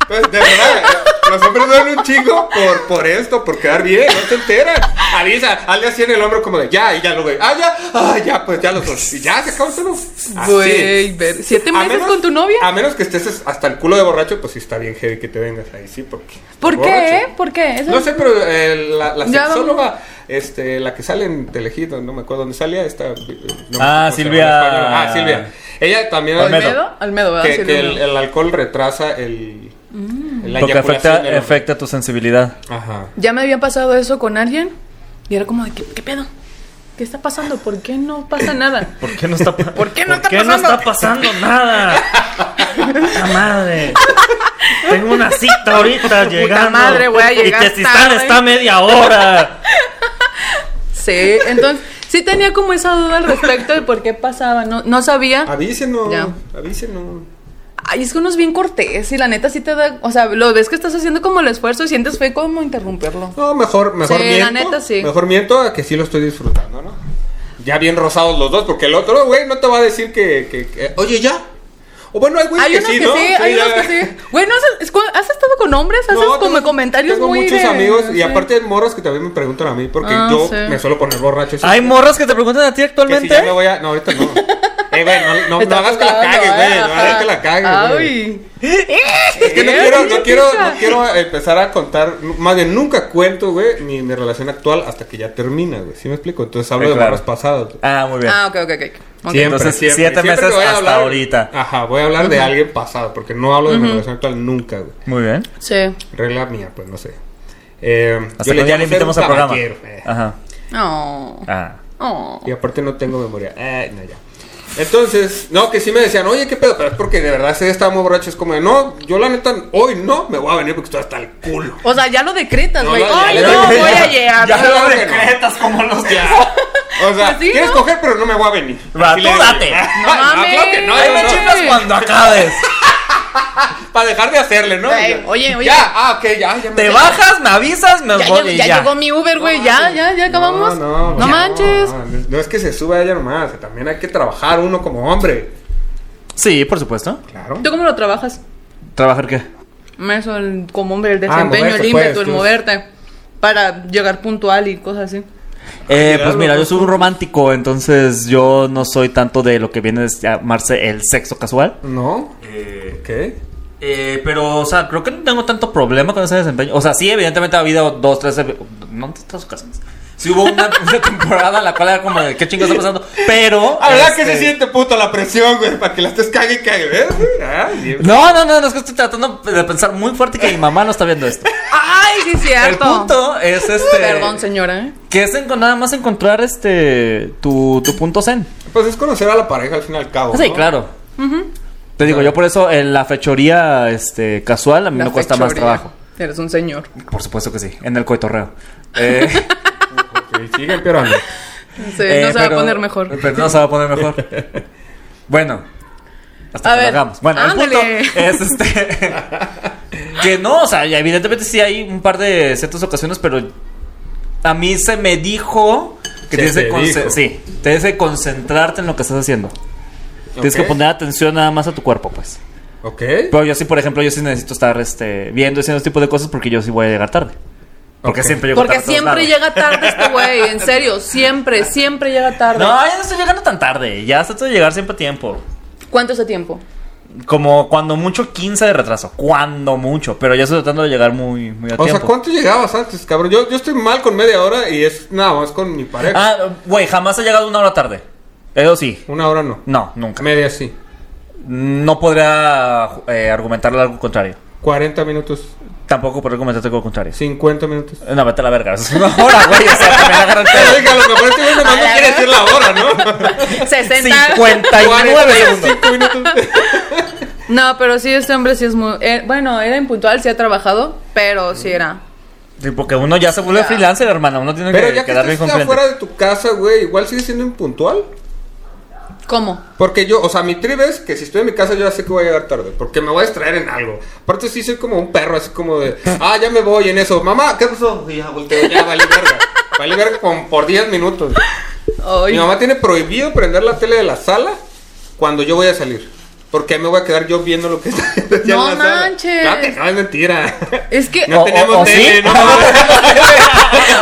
Pues, de verdad, eh, los hombres duelen un chingo por, por esto, por quedar bien, no te enteras. Avisa, hazle así en el hombro como de ya, y ya lo ve. Ah, ya, ah, ya, pues ya lo sol. Y ya, se acabó el pedo. Así. Güey, ver- ¿siete A meses con tu novia? A menos que estés hasta el culo de borracho, pues sí está bien heavy que te vengas ahí, sí, porque. ¿Por qué? borracho. ¿Por qué? Eso- No sé, pero eh, la, la Ya, vamos. sexóloga, este, la que sale en Telejito, no me acuerdo dónde salía, esta. eh, no me acuerdo cómo se Ah, llama, Silvia. española. Ah, Silvia. Ella también. Olmedo. Almedo, Almedo, ¿verdad? Que, Sí, Mm. que Almedo. el, el alcohol retrasa el. La Porque eyaculación afecta, del hombre. afecta tu sensibilidad. Ajá. Ya me había pasado eso con alguien y era como de, ¿qué, qué pedo? ¿Qué está pasando? ¿Por qué no pasa nada? ¿Por qué no está, pa- ¿Por qué no está qué no pasando? está pasando nada? ¡Puta madre! Tengo una cita ahorita llegando. madre, voy a llegar Y Testistán tarde. está a media hora. Sí, entonces sí tenía como esa duda al respecto de por qué pasaba, no, no sabía. Avísenos. Ya. Avísenos. Ay, es que uno es bien cortés y la neta sí te da, o sea, lo ves que estás haciendo como el esfuerzo y sientes fue como interrumpirlo. No, mejor, mejor Sí, la miento. neta, sí. Mejor miento a que sí lo estoy disfrutando, ¿no? Ya bien rosados los dos, porque el otro, güey, no te va a decir que. que- que, Oye, ya. O bueno, hay güey hay que unos sí, que ¿no? sí, hay ya. unos que sí. Güey, ¿no has, es cu- has estado con hombres? ¿Haces No, como tengo- comentarios tengo muy muchos de- amigos y sí. aparte hay morros que también me preguntan a mí porque Ah, yo sí. me suelo poner borracho. así ¿Hay morras que te preguntan a ti que si actualmente? ya me voy a. No, ahorita no. Eh, güey, no, no, no Está hagas que la jugando, cagues, güey. ¿eh? No hagas Ajá. que la cagues, güey. Ay. Es que no Eh, quiero, mucha no, quiero, pizza. no quiero empezar a contar, más bien nunca cuento, güey, mi, mi relación actual hasta que ya termina, güey. ¿Sí me explico? Entonces hablo Sí, de claro. barras pasadas, güey. Ah, muy bien. Ah, ok, ok, ok. Ok. Siempre, Entonces, siempre. siete Siempre meses que voy a hasta hablar- ahorita. Ajá, voy a hablar de alguien pasado, porque no hablo de mi relación actual nunca, güey. Muy bien. Sí. Regla mía, pues no sé. Eh, Hasta que ya le llamo ser un invitemos al programa. caballero, eh. Ajá. Oh. Ah. Oh. Y aparte no tengo memoria. Eh, no, ya. Entonces, no, que sí me decían, oye, qué pedo, pero es porque de verdad se estábamos borrachos. Como de, no, yo la neta, hoy no me voy a venir porque estoy hasta el culo. O sea, ya lo decretas, No, güey. no, ya Ay, lo no, decretas. voy a llegar. Ya no, lo no, no. decretas como los que. Ya. O sea, Pues sí, quieres ¿no? coger, pero no me voy a venir. Va, Así tú le digo. Ah, date. No mames. claro que no, Ahí no, me no. chingas cuando acabes. Para dejar de hacerle, ¿no? Ey, oye, oye. Ya, ah, ok, ya, ya me Te bajas, me avisas, me Ya, voy llegó- y ya ya. llegó mi Uber, güey. ya, ya, ya acabamos. No, pues, manches. No, no es que se suba ella nomás, que también hay que trabajar uno como hombre. Sí, por supuesto. Claro. ¿Tú cómo lo trabajas? ¿Trabajar qué? Eso, el, como hombre, el Ah, desempeño, moverte, el ímpetu, pues, el tú- moverte. Para llegar puntual y cosas así. Eh, Claro, pues mira, ¿no? yo soy un romántico, entonces yo no soy tanto de lo que viene a llamarse el sexo casual. No. Eh, ¿Qué? Eh, pero, o sea, creo que no tengo tanto problema con ese desempeño. O sea, sí, evidentemente ha habido dos, tres. eh, No, tantas ocasiones. Sí hubo una, una temporada en la cual era como de qué chingados está pasando. Pero. Habla que este, se siente puta la presión, güey, para que la estés cague y cague, ¿ves? Ah, bien. No, no, no, no, es que estoy tratando de pensar muy fuerte que mi mamá no está viendo esto. Ay, sí, es El cierto. punto es este. Perdón, señora. ¿eh? Que es enco- nada más encontrar este. Tu, tu punto zen. Pues es conocer a la pareja al fin y al cabo. Sí, ¿no? claro. Te digo, yo por eso en la fechoría este, casual a mí La me cuesta más fechoría. trabajo. Eres un señor. Por supuesto que sí, en el coitorreo. Eh, Ok, sigue empeorando. Se- no eh, se va a pero- poner mejor. Pero no se va a poner mejor. bueno. Hasta A que ver, lo hagamos. Bueno, ándale. el punto es este. que no, o sea, ya evidentemente sí hay un par de ciertas ocasiones, pero a mí se me dijo Se que tienes que, te conce- dijo. sí, tienes que concentrarte en lo que estás haciendo. Tienes que Ok, poner atención nada más a tu cuerpo, pues. Ok. Pero yo sí, por ejemplo, yo sí necesito estar este, viendo ese tipo de cosas porque yo sí voy a llegar tarde. Porque Ok. siempre llego Porque tarde. a todos siempre lados. llega tarde este güey. En serio, siempre, siempre llega tarde. No, ya no estoy llegando tan tarde. Ya trato de llegar siempre a tiempo. ¿Cuánto es el tiempo? Como cuando mucho 15 de retraso. Cuando mucho. Pero ya estoy tratando de llegar muy, muy a O sea, tiempo. ¿cuánto llegabas antes, cabrón? Yo, yo estoy mal con media hora y es nada más con mi pareja. Ah, güey, jamás he llegado una hora tarde. Eso sí. Una hora no. Ah. No, nunca. Media sí. No podría eh, argumentarle algo contrario. 40 minutos, Tampoco podría argumentarte algo contrario. 50 minutos. No, vete a la verga. Es una hora, güey. O sea, que me la agarran Oye, que a lo mejor este güey nomás no A la quiere verga. decir la hora, ¿no? 60. 59 segundos. 45 minutos. No, pero sí, este hombre sí es muy. eh, bueno, era impuntual, sí ha trabajado, pero sí era. Sí, porque uno ya se vuelve freelancer, hermana. Uno tiene Pero que ya que quedar bien con estás cliente. afuera de tu casa, güey, igual sigue siendo impuntual. ¿Cómo? Porque yo, o sea, mi trip es que si estoy en mi casa yo ya sé que voy a llegar tarde, porque me voy a distraer en algo. Aparte sí soy como un perro, así como de, ah, ya me voy en eso. Mamá, ¿qué pasó? Y ya volteo, ya vale verga. Vale verga como por 10 minutos. Ay, Mi mamá tiene prohibido prender la tele de la sala cuando yo voy a salir. Porque ahí me voy a quedar yo viendo lo que está haciendo ya No en la sala. manches. Claro que no, es mentira. Es que. No O- tenemos o- o tele, sí. no mames.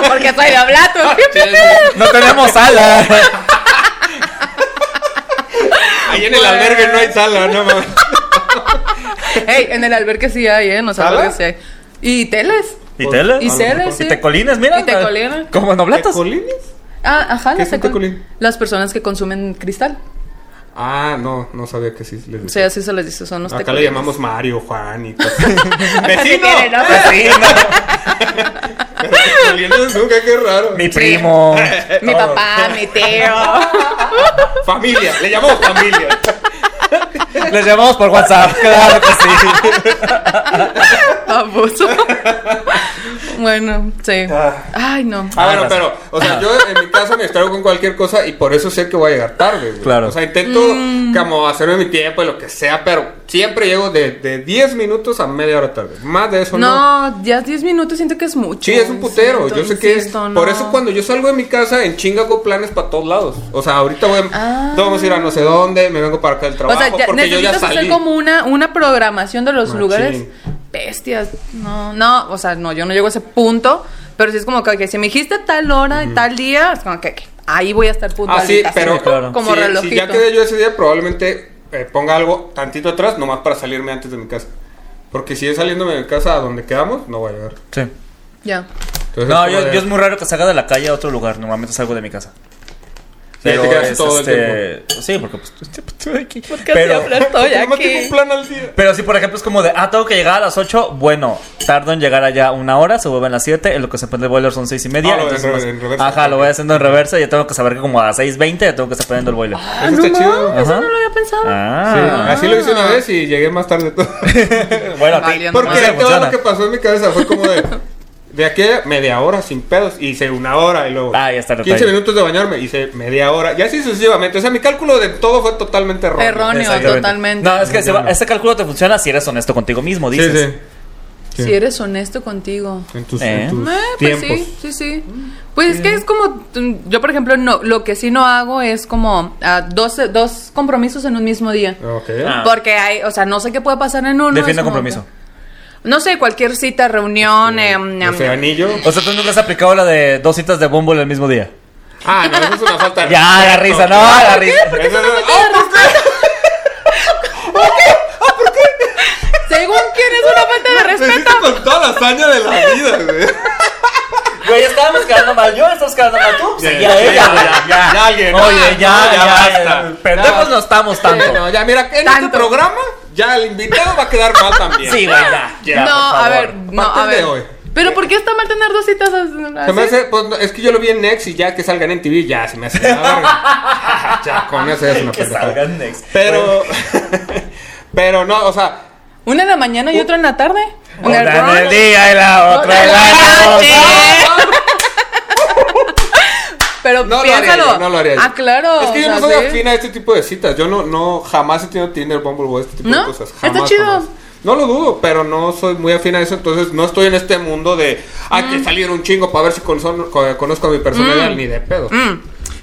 Porque soy de hablato. No tenemos sala. Ahí en el albergue no hay sala, no mames. Ey, en el albergue sí hay, ¿eh? En los ¿Sala? albergues sí hay. Y teles. ¿Y tele? Ah, Y lo teles, mejor. sí. Y te colines, mira. Y te colines. Como en ¿Te oblatas. colines? Ah, ajá, ¿Qué las es un tecol- tecolín? Las personas que consumen cristal. Ah, no, no sabía que sí les O decía. sea, así se les dice, son los Acá le tecolines. llamamos Mario, Juan y cosas. ¡Vecino! quiere, ¿no? Pues Ah, Saliendo de nunca, qué raro. Mi primo. Mi papá, mi tío. Familia, le llamamos familia. Ah, Les llamamos por WhatsApp. Claro que sí. Abuso. bueno, sí. Ay, no. Ah, bueno, Ah, pero, o sea, yo en mi casa me distraigo con cualquier cosa y por eso sé que voy a llegar tarde, güey. Claro. O sea, intento Mm. como hacerme mi tiempo y lo que sea, pero siempre llego de, de 10 minutos a media hora tarde. Más de eso no. No, ya 10 minutos siento que es mucho. Sí, es un putero. Siento, yo sé que es. insisto, Por no. eso cuando yo salgo de mi casa, en chinga hago planes para todos lados. O sea, ahorita voy. Ah. Vamos a ir a no sé dónde, me vengo para acá del O trabajo. sea, ya, porque yo ya necesitas salí. hacer como una, una programación de los Machín. lugares. Bestias. No, no, o sea, no, yo no llego a ese punto. Pero si es como que, que si me dijiste tal hora y tal día, es como que, que ahí voy a estar Ah, sí, puntualita. así, pero claro. Como si, relojito. si ya quedé yo ese día, probablemente eh, ponga algo tantito atrás, nomás para salirme antes de mi casa. Porque si es saliéndome de mi casa a donde quedamos, no voy a llegar. Sí. Ya. Entonces, Pues No, como yo, de- yo es muy raro que salga de la calle a otro lugar. Normalmente salgo de mi casa. Sí, ahí te quedas todo el Sí, porque pues, estoy aquí. Porque pero, siempre estoy Porque nomás tengo aquí. un plan al día. pero si, por ejemplo, es como de, ah, tengo que llegar a las 8. Bueno, tardo en llegar allá una hora, se vuelven las 7. En lo que se prende el boiler son 6 y media. Ah, lo en entonces re- más- en reversa. Ajá, lo voy haciendo en reversa. Ya tengo que saber que como a las 6.20 ya tengo que estar prendiendo el boiler. Ah, Eso no, está chido. mames, Ajá. eso no lo había pensado. Sí, Ah, Así lo hice una vez y llegué más tarde todo. bueno, a ti- Valiendo Porque no se madre. todo funciona. lo que pasó en mi cabeza fue como de. De aquí a media hora sin pedos, hice una hora y luego Ah, ya está, no 15 está ahí. minutos de bañarme, hice media hora, y así sucesivamente. O sea, mi cálculo de todo fue totalmente erróneo. Erróneo. Exactamente. totalmente. No, es que se va- este cálculo te funciona si eres honesto contigo mismo, Sí, dices. sí. Si eres honesto contigo. En tus, Eh. en tus Eh, pues tiempos. sí, sí, sí. Pues es que es como, mm, yo por ejemplo, no, lo que sí no hago es como ah, dos, dos compromisos en un mismo día. Ok. Ah. Porque hay, o sea, no sé qué puede pasar en uno. es Defiende como compromiso. que- no sé, cualquier cita, reunión. em, No em, sé, anillo. O sea, tú nunca has aplicado la de dos citas de Bumble el mismo día. Ah, no, eso es una falta de Ya, la respeto. risa, no, la risa. Eso es una- Según quién es una falta de Me hiciste respeto. con toda la hazaña de la vida, güey. Güey, estábamos quedando mal yo, estás quedando mal tú. pues, Ya, seguía ya, ella, ya, güey, ya, ya, alguien, Oye, no, ya, no, ya ya, basta. ya. Pendejos Ya. no estamos Sí, tanto. no, ya, mira, en este Tanto. programa ya el invitado va a quedar mal también. Sí, güey, ya. Ya, no, por a favor. ver, no, a Parten de ver. hoy. Pero ¿por qué está mal tener dos citas as- Se me así? hace, pues, no, es que yo lo vi en Next y ya que salgan en TV, ya se me hace. la verga. ya, con eso ya es una Que pendejada. salgan next. Pero, pero no, o sea, Una en la mañana Uh. y otra en la tarde. Una el brunch. en el día y la otra en la Otra noche. Pero no lo haría piénsalo. yo, no lo haría yo. Ah, claro. Es que yo o no sea, soy sí. afín a este tipo de citas. Yo no, no, jamás he tenido Tinder, Bumble o este tipo de ¿No? cosas. Está Jamás, chido. jamás. No lo dudo, pero no soy muy afín a eso. Entonces no estoy en este mundo de hay Mm. que salir un chingo para ver si conson- co- conozco a mi personalidad ni de pedo.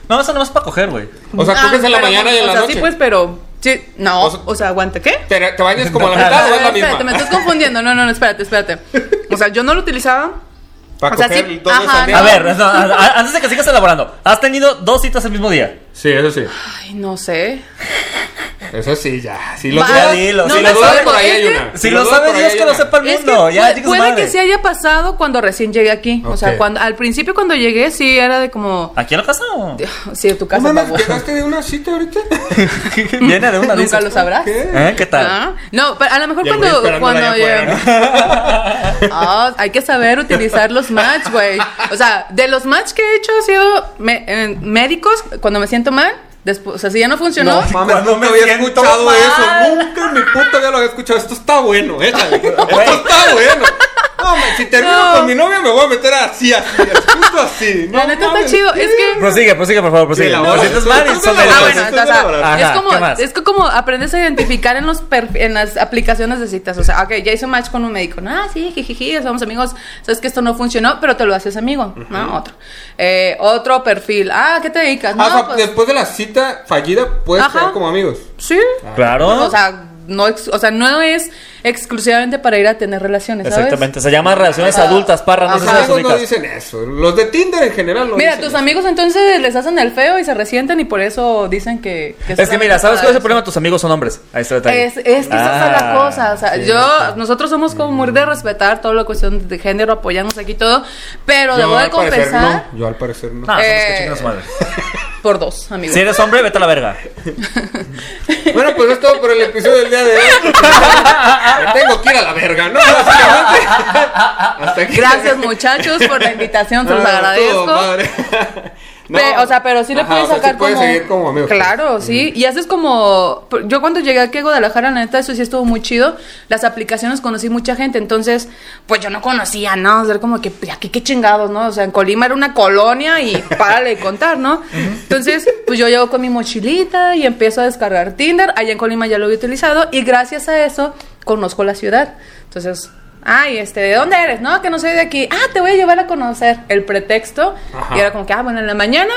No, eso nomás es para coger, güey. O sea, Mm. Ah, coges en la pero, mañana y en o la sea, noche. Sí, pues, pero. Sí, no, O sea- o sea, aguanta, ¿qué? ¿Te, te bañas como a la A mitad o ver, es la Ah, espérate, me misma? estás confundiendo. No, no, no, espérate, espérate. O sea, yo no lo utilizaba. Para o sea, coger sí, todo ajá, eso al no. día. A ver, no, a- a- antes de que sigas elaborando, has tenido dos citas el mismo día. Sí, eso sí. Ay, no sé. Eso sí, ya. Sí, lo Va, dudas. dilo, Si sí, lo lo dudas, sé, por ahí es hay que- una. Si lo por sabe ahí Dios, hay que lo una. sepa el Es que mundo. ya, puede, chingue su puede madre. que sí haya pasado cuando recién llegué aquí. O sea, Ok. cuando, al principio cuando llegué sí era de como... ¿Aquí en la casa o? Sí, de tu No casa, mames, babo. ¿Llegaste de una cita ahorita? Viene de una Nunca dice. lo sabrás. ¿Qué? ¿Eh? ¿Qué tal? Ah, No, pero a lo mejor Ya voy cuando, esperándola cuando allá afuera, llegue- Ah, hay que saber utilizar los match, güey. O sea, de los match que he hecho ha sido me- eh, médicos cuando me siento mal. Después, o sea, si ya no funcionó. No mames, Cuando nunca me había siento escuchado mal. eso. Nunca en mi puta vida lo había escuchado. Esto está bueno, échale. Güey. Esto está bueno. No, me- si termino No. con mi novia me voy a meter así, así, así, justo así. No la neta está mames. chido. Es que. Prosigue, prosigue, por favor, prosigue. Sí, la Los voz. citas mal y son Ah, Ah, médicos. bueno, Entonces, o sea, ahora, ajá, es, ¿qué como, más? es que como aprendes a identificar en, los perf- en las aplicaciones de citas. O sea, ok, ya hice match con un médico. No, Ah, sí, jijiji, somos amigos. Sabes que esto no funcionó, pero te lo haces amigo. No, otro. Eh, otro perfil. Ah, ¿qué te dedicas? No, Ah, o sea, pues, después de la cita fallida puedes Ajá. quedar como amigos. sí. Claro. O sea, no, ex- o sea, no es exclusivamente para ir a tener relaciones, ¿sabes? Exactamente. Se llaman relaciones adultas, parra, no Los sé si las amigos no ubicas. dicen eso. Los de Tinder en general no Mira, dicen tus eso. amigos entonces les hacen el feo y se resienten y por eso dicen que... Es que mira, ¿sabes cuál es el problema? solamente Tus amigos son hombres. Ahí está el detalle. Ah. Es, es que esa es la cosa, o sea, yo, nosotros somos como muy Mm. de respetar toda la cuestión de género, apoyarnos aquí todo, pero debo de al parecer compensar no. Yo al parecer no. No, son los que Eh, chingan a su madre. por dos, amigos. Si eres hombre, vete a la verga. Bueno, pues es todo por el episodio del día de hoy. Me tengo que ir a la verga, ¿no? Básicamente. Hasta aquí. Gracias muchachos por la invitación, se los Ah, agradezco. todo madre. No. Pe- o sea, pero sí le Ajá, puedes o sea, sí sacar puedes como... seguir como amigos. pues. Claro, sí. Y haces como... por- Yo cuando llegué aquí a Guadalajara, la neta, eso sí estuvo muy chido. Las aplicaciones conocí mucha gente. Entonces, pues yo no conocía, ¿no? O sea, era como que, "Pues, aquí qué chingados, ¿no? O sea, en Colima era una colonia y párale de contar, ¿no? Entonces, pues yo llego con mi mochilita y empiezo a descargar Tinder. Allá en Colima ya lo había utilizado. Y gracias a eso, conozco la ciudad. Entonces... Ay, este, ¿de dónde eres? No, que no soy de aquí. Ah, te voy a llevar a conocer el pretexto. Ajá. Y era como que, ah, bueno, en la mañana,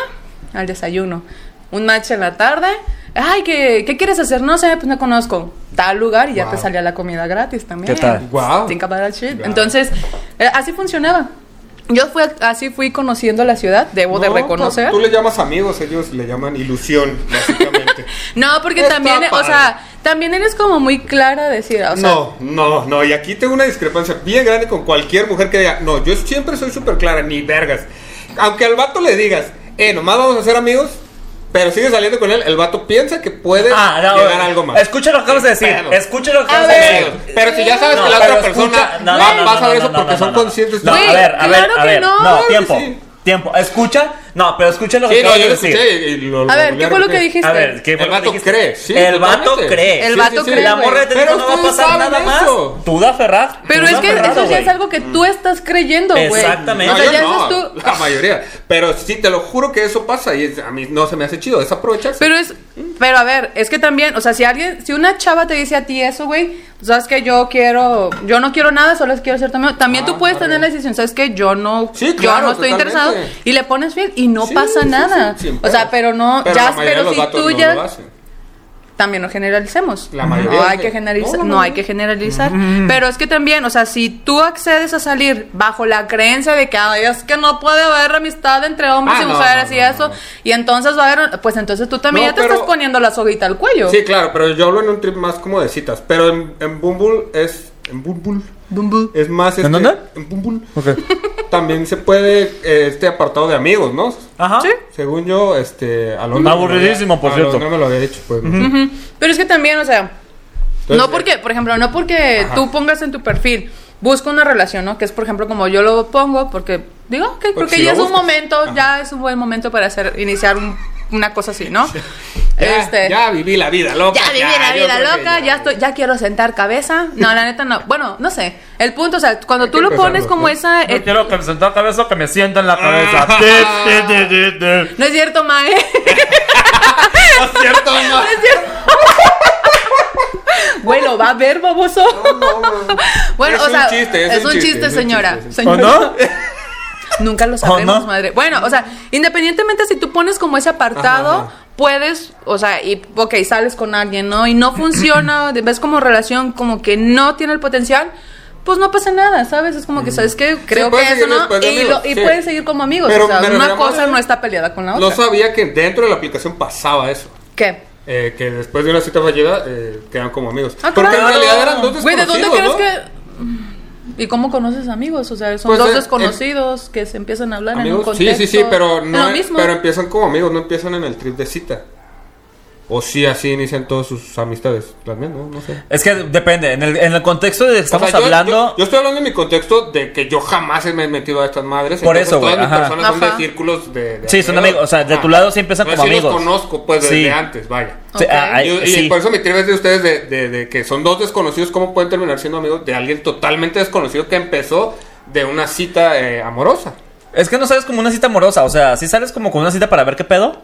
al desayuno. Un match en la tarde. Ay, ¿qué, qué quieres hacer? No sé, pues no conozco. Tal lugar y ya Wow. te salía la comida gratis también. ¿Qué tal? Wow. Think about that shit. Wow. Entonces, eh, así funcionaba. Yo fui, así fui conociendo la ciudad, debo de No, pues, reconocer. Tú le llamas amigos, ellos le llaman ilusión, básicamente. No, porque Está también, o padre. sea, también eres como muy clara decir, o sea, no, no, no. Y aquí tengo una discrepancia bien grande con cualquier mujer que diga, no, yo siempre soy súper clara, ni vergas. Aunque al vato le digas, eh, nomás vamos a ser amigos, pero sigue saliendo con él, el vato piensa que puede Ah, no, llegar a algo más. Escucha lo que acabas de decir. Pero- Escucha lo que A acabas de ver. decir. Pero si ya sabes No, que la pero otra escucha- persona no, va, no, no, va a saber no, eso no, porque no, son no. conscientes. No, a Güey, ver, a ver, claro a que ver. no. No, Claro que tiempo. sí. Tiempo. Escucha. No, pero escucha lo que Sí, no, acabas yo de lo decir. escuché y lo- a ver, lo ¿qué fue lo que googleé. dijiste? A ver, ¿qué El fue lo que vato dijiste? cree, sí, El vato totalmente. cree. El Sí, vato sí, sí. cree, La güey. morra te dijo Pero no va a ustedes pasar saben nada más. eso. Tú da ferrar. Pero tú es da que ferrado, eso ya güey. es algo que tú estás creyendo, güey. O Exactamente. No, sea, yo ya no, eso es tú. la mayoría. Pero sí, te lo juro que eso pasa y es- a mí no se me hace chido, es aprovecharse. Pero es, pero a ver, es que también, o sea, si alguien, si una chava te dice a ti eso, güey, pues, sabes que yo quiero, yo no quiero nada, solo quiero ser tu amigo. También Ah, tú puedes claro. tener la decisión, sabes que yo no, Sí, yo claro, no estoy totalmente. interesado y le pones fiel y no Sí, pasa sí, nada. sí, sin o pedos. sea, pero no, Pero la ya, mayoría pero de los si vatos tú no ya, lo hacen. también no generalicemos. La mayoría No de- hay que generalizar. No, No, no, hay no. que generalizar. Mm. Pero es que también, o sea, si tú accedes a salir bajo la creencia de que "Ay, es que no puede haber amistad entre hombres Ah, y no, mujeres no, y no, eso, no. y entonces va a haber, pues entonces tú también No, ya te pero- estás poniendo la soguita al cuello. Sí, claro, pero yo hablo en un trip más como de citas. Pero en, en Bumble es. En Bumble Bum, bum. es más. ¿En este- dónde? En Bumble. También se puede eh, este apartado de amigos, ¿no? Ajá. Sí. Según yo, este. Alondra. Aburridísimo, por cierto. No me lo había dicho, pues. no sé. Ujú. Pero es que también, o sea, Entonces, no porque, por ejemplo, no porque Pues, eh, Ajá. tú pongas en tu perfil, busca una relación, ¿no? Que es, por ejemplo, como yo lo pongo, porque digo, ok, creo Porque que si ya lo es un buscas. momento, Ajá. ya es un buen momento para hacer, iniciar un- una cosa así, ¿no? Ya, ya viví la vida loca. Este, Ya viví la yo vida creo que loca, ya estoy, ya quiero sentar cabeza. No, la neta no. Bueno, no sé. El punto, o sea, cuando Hay tú que lo pones empezarlo, como ¿no? esa. eh, No quiero que me sienta cabeza que me sienta en la cabeza. Ah. Ti, ti, ti, ti, ti. no es cierto, Mae. No es cierto, no. bueno, va a ver, baboso. No, no. Bueno, Es o un sea, chiste, es un chiste, es un señora. chiste, es ¿O Señora. no? Nunca lo sabremos, ¿O no? madre. Bueno, o sea, independientemente si tú pones como ese apartado, Ajá, ajá. puedes, o sea, y ok, sales con alguien, ¿no? Y no funciona, de- ves como relación como que no tiene el potencial, pues no pasa nada, ¿sabes? Es como que, ¿sabes qué? Creo Mm. puedes que eso seguir no. después de Y, amigos, lo- y sí. puedes seguir como amigos. Pero o sea, me una refiero- cosa no está peleada con la No otra. sabía que dentro de la aplicación pasaba eso. ¿Qué? Eh, que después de una cita fallida eh, quedan como amigos. Ah, Porque claro. en realidad eran dos Güey, ¿de desconocidos. dónde crees ¿no? que.? ¿Y cómo conoces amigos? O sea, son Pues, dos eh, desconocidos que se empiezan a hablar en un ¿Amigos? Sí, contexto. sí, sí, pero, en no, lo mismo. pero empiezan como amigos, no empiezan en el trip de cita. O sí, así inician todas sus amistades. Las mías, ¿no? No sé. Es que depende. En el, en el contexto de que O estamos sea, yo- hablando. Yo, yo estoy hablando en mi contexto de que yo jamás me he metido a estas madres. Por entonces eso, güey, Todas mis ajá. personas son Ajá. de círculos de. de Sí, son amigos, o sea, de tu lado sí empiezan Entonces, como sí los amigos. conozco, pues, desde Sí. antes, vaya. Sí, Ok. ah, ah, Y, y sí. por eso mi trip es de ustedes de, de- de que son dos desconocidos, ¿cómo pueden terminar siendo amigos de alguien totalmente desconocido que empezó de una cita eh, amorosa? Es que no sales como una cita amorosa, o sea, si sales como con una cita para ver qué pedo.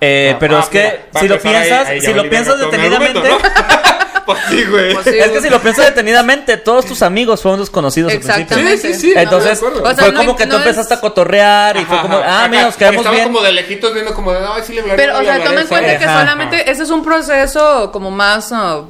eh, Ah, pero ah, es que mira, para si lo empezar, ahí- piensas, ahí ya si lo valí piensas verga todo mi detenidamente, argumento, ¿no? pues sí, güey. Pues sí. es que si lo piensas detenidamente, todos tus amigos fueron desconocidos al principio. Exactamente. Sí, sí, sí, Entonces, no, de acuerdo. O sea, fue no- como que no tú empezaste es- a cotorrear y Ajá, fue como, ajá, ah, ajá. mira, nos Porque quedamos estaba bien. como de lejitos viendo como de, ay, sí le hablaré, Pero, no o le sea, hablaré", toma en cuenta ¿sabes? que Ajá. solamente ese es un proceso como más ah,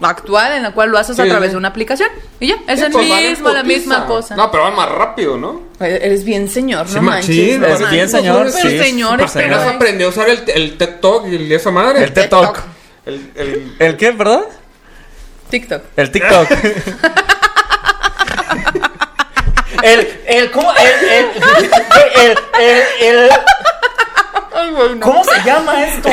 actual en la cual lo haces a Sí, través sí. de una aplicación. Y ya, es Sí, el pues, van en mismo, la putiza. misma cosa. No, pero van más rápido, ¿no? Eh, Eres bien señor, Sí, no machín, manches. no eres manches. bien señor, Pero sí, señor, súper este señor. Apenas güey. aprendió a usar el, el TED Talk y esa madre. El TED Talk. El- el- ¿El qué, perdón? TikTok. El TikTok. el, el, ¿cómo? El, el, el, el, el- Ay, güey, no. ¿cómo se llama esto?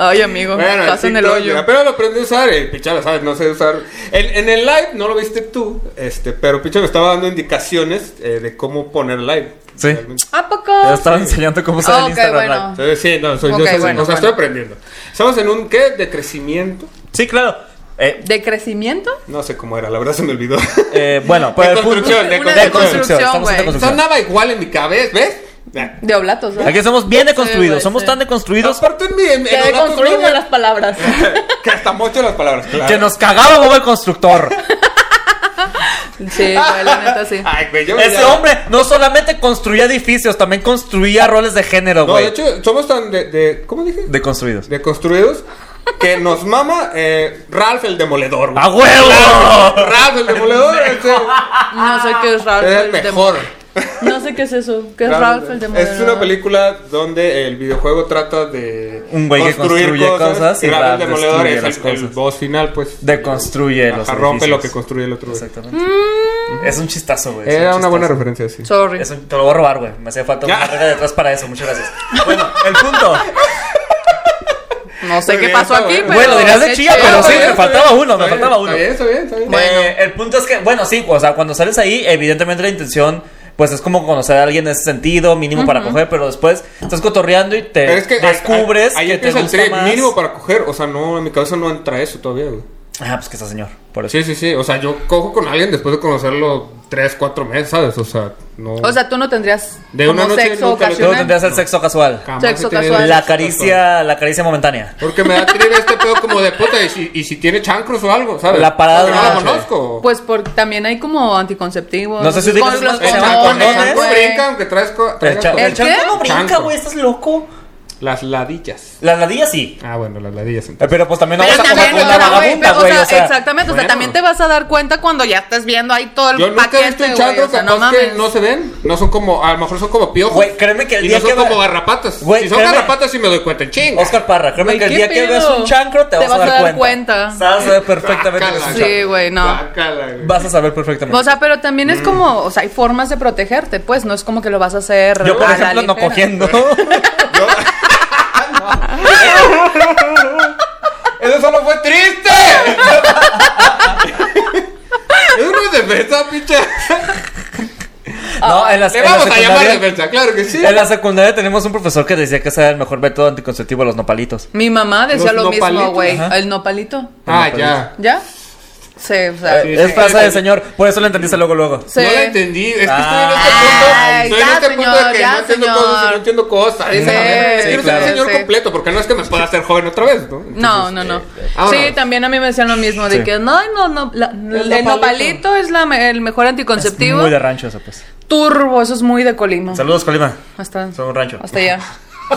Ay, amigo, Bueno, el estás en el TikTok, hoyo. mira, pero lo aprendí a usar, el pichalo, ¿sabes? No sé usar. En, en el live no lo viste tú, este, pero Picha me estaba dando indicaciones eh, de cómo poner live. Sí. Realmente. ¿A poco? Te estaba enseñando cómo se ve el Ok, Instagram bueno. Live. Entonces, sí, no, soy, yo Ok, soy- bueno, o sea, bueno. estoy aprendiendo. Estamos en un qué de crecimiento. Sí, claro. Eh, ¿De crecimiento? No sé cómo era, la verdad se me olvidó. Eh, bueno, pues De el punto- construcción, de de construcción. construcción, estamos en güey. de O sea, construcción. nada igual en mi cabeza, ¿ves? Nah. De oblatos, ¿no? Aquí somos bien Sí, deconstruidos, güey, somos sí. tan deconstruidos Aparte en mi. En, Que en Oratos deconstruimos Media- las palabras. que hasta mucho las palabras, claro. que nos cagaba Bob el constructor. Sí, güey, la neta Ah, sí. Ay, güey, yo Ese ya- hombre no solamente construía edificios, también construía roles de género, No, de güey. hecho, somos tan de. de- ¿Cómo dije? Deconstruidos. De construidos que nos mama eh, Ralph el demoledor. güey. ¡A huevo! Ralph el demoledor este, No sé qué es raro. es el mejor. No sé qué es eso. ¿Qué es Ralph Ralph el de- demoledor? Es una película donde el videojuego trata de Un güey que construye cosas y Ralph el Ralph demoledor destruye es las el, el cosas. boss final, pues. Deconstruye los Ajá, rompe edificios. lo que construye el otro. güey. Exactamente. Es un chistazo, güey. es un Era una chistazo. buena referencia, sí. Sorry. Es un- te lo voy a robar, güey. Me hacía falta una Ya. regla detrás para eso. Muchas gracias. Bueno, el punto. No sé Muy qué bien, pasó está aquí, bueno. pero. Bueno, dirías de qué chía, chido, pero sí, güey. me faltaba uno, me Está bien, faltaba uno. Está bien, está bien, está bien. Eh, el punto es que, bueno, sí, o sea, cuando sales ahí, evidentemente la intención, pues es como conocer a alguien en ese sentido, mínimo para coger, pero después estás cotorreando y te Pero es que descubres a- a- ahí que te empieza el gusta trip, más. mínimo para coger. O sea, no, en mi cabeza no entra eso todavía, güey. Ah, pues que está señor, por eso. Sí, sí, sí. O sea, yo cojo con alguien después de conocerlo tres, cuatro meses, ¿sabes? O sea, no. O sea, tú no tendrías De como una noche sexo nunca lo- Luego ocasional. tendrías el sexo casual. jamás sexo he tenido- casual. La caricia, la caricia momentánea. Porque me da trivia este pedo como de puta. Y si, y si tiene chancros o algo, ¿sabes? La parada Porque de Ah, no la la noche. conozco. Pues por, también hay como anticonceptivos. No sé si ubicas con unos los que se el llaman chanco, el condones, condones, chanco güey. brinca, aunque traes. co- El, traigas cha- cosas. el chango Pues, qué? no brinca, Chango. güey, estás loco. Las ladillas. Las ladillas sí. Ah, bueno, las ladillas. Eh, entonces. Pero pues también no Pero vas a coger también, con una no, güey, vagabunda, pero, o güey. sea, O sea, exactamente, o sea, bueno. también te vas a dar cuenta cuando ya estés viendo ahí todo el Yo nunca he visto paquete, un güey, chancro, o sea, capaz no que mames. no se ven. No son como, a lo mejor son como piojos. Güey, créeme que el y día no son que va- como garrapatas. Güey, si son créeme- garrapatas, sí me doy cuenta. Chinga. Oscar Parra, créeme Güey, que el ¿qué día que pedo? veas un chancro te vas, a dar cuenta. cuenta. Vas a saber perfectamente. que es un Guácala, Sí, chancro. güey, no. guácala, güey. Vas a saber perfectamente. O sea, pero también es como, o sea, hay formas de protegerte, pues, no es como que lo vas a hacer. Yo, por a la ejemplo, no ligera. cogiendo. ¡Eso solo fue triste! es una defensa, pinche. no, en Ah, las- Le en la vamos a llamar secundaria. defensa, claro que sí. En la secundaria tenemos un profesor que decía que ese era el mejor método anticonceptivo de los nopalitos. Mi mamá decía Los lo mismo, nopalitos, güey. ajá. El nopalito. Ah, ya. ¿Ya? Sí, o sea. Sí, es sí. frase de señor, por eso lo entendiste luego, luego. sí. No la entendí. Es que Ay, estoy en este punto. Estoy en este ya, punto de que señor, no ya, entiendo señor. cosas y no entiendo cosas. Sí, es que no soy claro. un señor Sí. completo, porque no es que me pueda hacer joven otra vez, ¿no? No, no, no. vámonos. Sí, también a mí me decían lo mismo, de Sí. que no, no, no, la- el, nopalito. nopalito es la me- el mejor anticonceptivo. Ah. Muy de rancho eso, pues. Turbo, eso es muy de Colima. Saludos, Colima. Hasta, Son un rancho. hasta allá.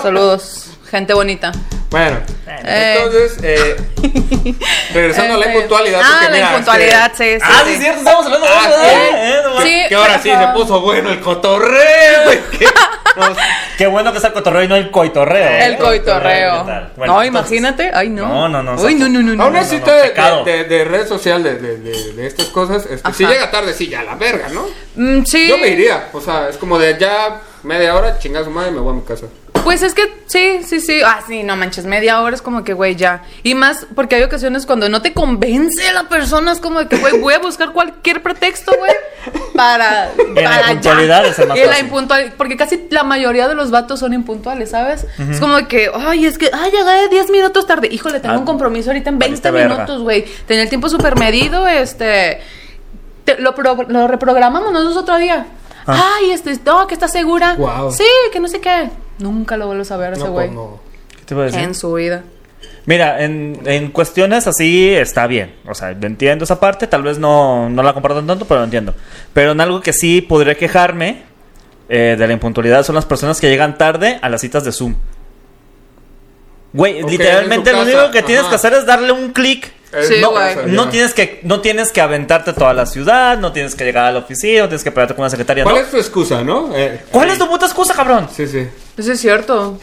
Saludos, gente bonita. Bueno, Eh. entonces, eh, regresando a la Este, impuntualidad. Ah, porque la mira, impuntualidad, este, sí, sí. Ah, sí, sí. es cierto, estamos hablando de Ah, eso, sí. ¿eh? Eh, no mames. Sí, Que ahora sí se ajá. puso bueno el cotorreo. güey, que nos- Qué bueno que está el cotorreo y no el coitorreo. ¿eh? El coitorreo. ¿qué tal? no, Bueno, entonces- imagínate. Ay, no. No, no, no, Uy, no, no, no. no. A una no, cita de- pecado. de, de, de red social de, de, de- de estas cosas, este, si Ajá. llega tarde, sí, ya la verga, ¿no? Mm, sí. Yo me iría, o sea, es como de ya media hora, chinga su madre, me voy a mi casa. Pues es que sí, sí, sí. Ah, sí, no manches. Media hora es como que, güey, ya. Y más porque hay ocasiones cuando no te convence la persona. Es como de que, güey, voy a buscar cualquier pretexto, güey, para. la para ya. impuntualidad es el más Y la fácil. impuntual. Porque casi la mayoría de los vatos son impuntuales, ¿sabes? Es como de que, ay, es que, ay, llegué 10 minutos tarde. Híjole, tengo Ah, un compromiso ahorita en valiste 20 verga. minutos, güey. Tenía el tiempo súper medido, este. te- lo, pro- lo reprogramamos nosotros otro día. Ah. Ay, este, no, que estás segura. Guau. Sí, que no sé qué. Nunca lo vuelves a ver a ese No, güey. pues no. ¿Qué te iba a decir? En su vida. Mira, en, en cuestiones así está bien. O sea, yo entiendo esa parte. Tal vez no, no la comparto tanto, pero lo entiendo. Pero en algo que sí podría quejarme eh, de la impuntualidad son las personas que llegan tarde a las citas de Zoom. Güey, Ok, literalmente en tu lo casa, único que tienes ajá. que hacer es darle un clic. Es- Sí, Eh, no, güey. o sea, No ya. tienes, que, no tienes que aventarte toda la ciudad, no tienes que llegar a la oficina, no tienes que pelearte con la secretaria. ¿Cuál ¿no? es tu excusa, no? Eh, ¿Cuál es tu puta excusa, cabrón? Sí, sí. Eso es cierto.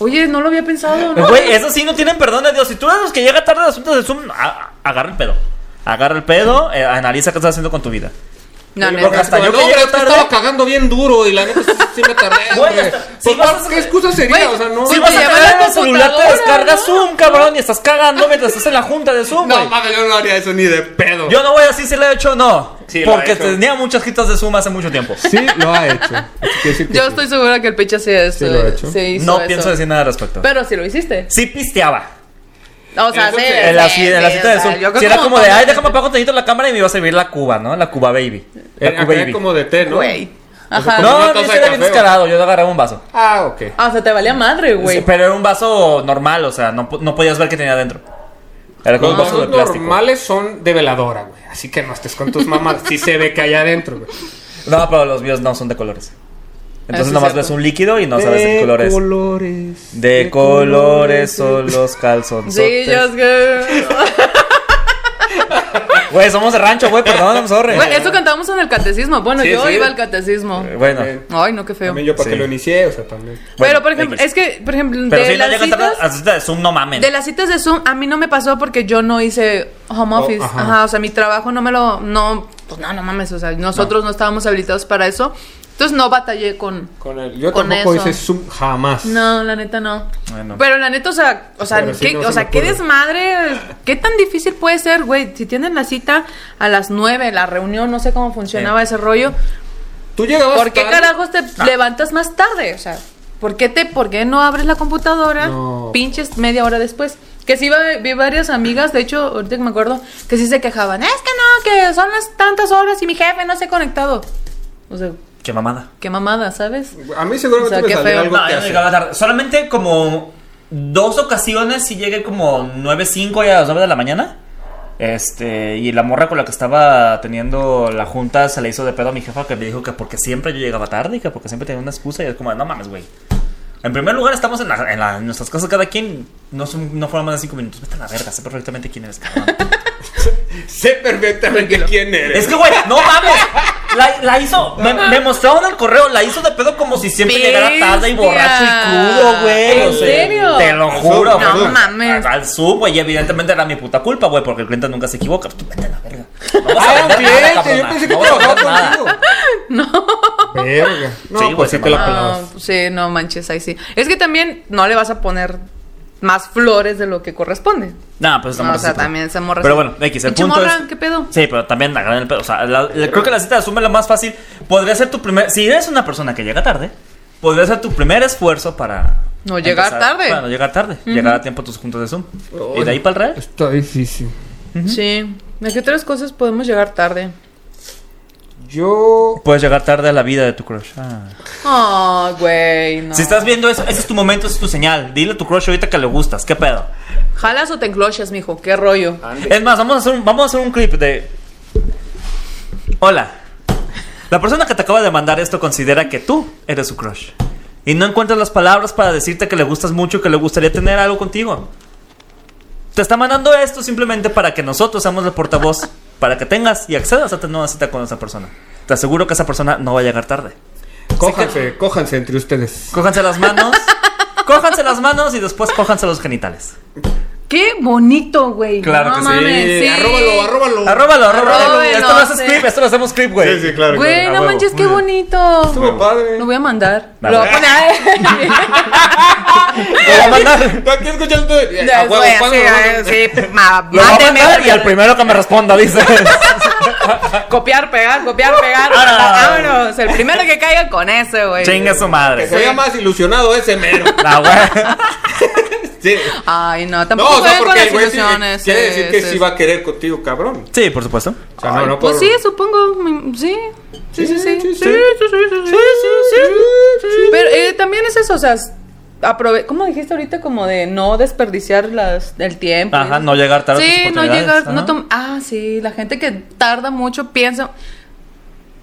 Oye, no lo había pensado, ¿no? Güey, eso sí no tienen perdón de Dios. Si tú eres los que llega tarde a las juntas de Zoom, a- agarra el pedo. Agarra el pedo, eh, analiza qué estás haciendo con tu vida. No, Porque neta. hasta yo no, que pero llego es que tarde- estaba cagando bien duro y la neta sí, sí me tardé. Güey, güey. hasta- Pues, si vas a- ¿Qué excusa sería? Güey, o sea, no. si Si Sí, vas a lleva cagar en la el celular, te computadora, descargas ¿no? Zoom, cabrón, y estás cagando mientras estás en la junta de Zoom, güey. No, mames, yo no haría eso ni de pedo. Yo no voy a decir si lo he hecho o no. Sí, lo porque he hecho. tenía muchas citas de Zoom hace mucho tiempo. Sí, lo ha hecho. Yo estoy segura que el pinche sí, es- Sí lo ha hecho. sí eh. hizo no eso. pienso decir nada al respecto. Pero sí lo hiciste. sí pisteaba. O sea, Eso sí. sí. En la, sí, ci- en la sí, cita o de sea, Zoom. yo creo Si era que como de, ay, montón déjame apagar un tantito la cámara y me iba a servir la Cuba, ¿no? La Cuba Baby. La Cuba Era Eh, Baby. como de té, ¿no? Güey. como Ajá. una No, taza no, de era bien café, ¿o? descarado. Yo agarraba un vaso. Ah, ok. Ah, o sea, te valía madre, güey. Sí, pero era un vaso normal, o sea, no, po- no podías ver qué tenía adentro. Era como Los un vaso de vasos plástico. normales son de veladora, güey. Así que no estés con tus mamás. Sí se ve que hay adentro, güey. No, pero los míos no son de colores. Entonces Eso es nomás cierto. ves un líquido y no sabes de qué color es. colores. de colores son los calzones. Sí, yo es que. Güey, somos de rancho, güey, perdón, I'm sorry. Güey, eso cantábamos en el catecismo. Bueno, Sí, yo sí. iba al catecismo. Eh, Bueno, También. Ay, no, qué feo. También yo para Sí. que lo inicié, o sea, también. pero, por ejemplo, X. es que, por ejemplo, pero de, si no las llegas a la- citas, a la cita de Zoom, no mamen. de las citas de Zoom, a mí no me pasó porque yo no hice home Oh, office. ajá. ajá. o sea, mi trabajo no me lo. No, pues no, no mames. O sea, nosotros no, estábamos habilitados para eso. Entonces no batallé con. Con el, yo Con tampoco eso. hice Zoom jamás. No, la neta no. Bueno. Pero la neta, o sea, o sea, Pero sí, qué, no se o sea, me qué ocurre. desmadre, qué tan difícil puede ser, güey. Si tienen la cita a las 9, la reunión, no sé cómo funcionaba ese rollo. Tú llegabas ¿Por qué tarde? carajos te Ah. levantas más tarde? O sea, ¿por qué, te, por qué no abres la computadora No. pinches media hora después? Que sí, va- vi varias amigas, de hecho, ahorita que me acuerdo, que sí se quejaban. Es que no, que son las tantas horas y mi jefe no se ha conectado. O sea, Qué mamada. qué mamada, ¿sabes? A mí seguramente O sea, me qué salió feo. algo No, que yo no hacer. llegaba tarde. Solamente como dos ocasiones si llegué como 9.05 y a las 9 de la mañana. Este, y la morra con la que estaba teniendo la junta se le hizo de pedo a mi jefa que me dijo que porque siempre yo llegaba tarde y que porque siempre tenía una excusa y es como, no mames, güey. En primer lugar, estamos en, la- en la- en nuestras casas, cada quien no, son, no fueron más de cinco minutos. Vete a la verga, sé perfectamente quién eres, cabrón. Sé perfectamente quién eres. Es que, güey, no mames. La, la hizo, me, me mostraron el correo, la hizo de pedo como si siempre llegara tarde y borracho y crudo, güey. ¿En o sea, serio? Te lo juro, No güey. mames. Al, al sub, güey, y evidentemente era mi puta culpa, güey, porque el cliente nunca se equivoca. Pues tú vete a la verga. No vas a Ah, era un vender nada, cliente, yo cabrona. pensé que No vas a vender trabajaba nada. conmigo. No. Verga. No, Sí, güey, pues sí se te la mamaron. pelabas. No, sí, no manches, ahí sí. Es que también no le vas a poner más flores de lo que corresponde. Nah, pues esa No, morra o sea, sí, pero- también esa morra Pero sí. bueno, X, el Pinche punto morra, es- ¿qué pedo? Sí, pero también la gran el pedo. O sea, la- la- creo que la cita de Zoom es la más fácil. Podría ser tu primer. Si eres una persona que llega tarde, podría ser tu primer esfuerzo para. No llegar tarde. Para no llegar tarde. Llegar a tiempo a tus juntas de Zoom. Y de ahí para el Ah. real. Está difícil. Sí. ¿A qué otras cosas podemos llegar tarde? Yo. Puedes llegar tarde a la vida de tu crush. Ah. Oh, güey, no. Si estás viendo eso, ese es tu momento, esa es tu señal. Dile a tu crush ahorita que le gustas. ¿Qué pedo? Jalas o te enclochas, mijo, qué rollo. Es más, vamos a hacer un, vamos a hacer un clip de. Hola. La persona que te acaba de mandar esto considera que tú eres su crush. Y no encuentras las palabras para decirte que le gustas mucho, que le gustaría tener algo contigo. Te está mandando esto simplemente para que nosotros seamos el portavoz, para que tengas y accedas a tener una cita con esa persona. Te aseguro que esa persona no va a llegar tarde. Cójanse, cójanse entre ustedes. Cójanse las manos, cójanse las manos y después cójanse los genitales. Qué bonito, güey. Claro no que sí. mames, sí. Arróbalo, arróbalo. Arróbalo, arróbalo. Arróbalo, esto no es sí. script, esto lo hacemos script, güey. Sí, sí, claro. Güey, claro. Ah, no manches, qué bonito. Estuvo padre. Lo voy a mandar. Va, Lo voy va. a poner. Lo va a mandar. Aquí escuchando. Ya, A huevo, güey, ¿cuándo así, lo eh, mandas? sí, ma- Lo va a máteme, mandar y güey. al primero que me responda, dice. Copiar, pegar, copiar, Uh, pegar. Vámonos. Vámonos. El primero que caiga con ese, güey. Chinga su Que madre. se vea más ilusionado ese mero. La güey. Sí. Ay, no, No, tampoco o sea, jueguen con porque el las güey sí- eh, ilusiones. quiere sí, decir que sí, sí va a querer contigo, cabrón. Sí, por supuesto. O sea, no, no Pues por- sí, supongo, mm, sí. Sí, sí, sí. Sí, sí, sí, sí, sí, sí. Pero eh, también es eso, o sea, s- aprove ¿cómo dijiste ahorita? Como de no desperdiciar las, el tiempo. y Ajá, eso. no llegar tarde a tus Sí, no oportunidades, llegar, ajá. no tom- Ah, sí, la gente que tarda mucho piensa...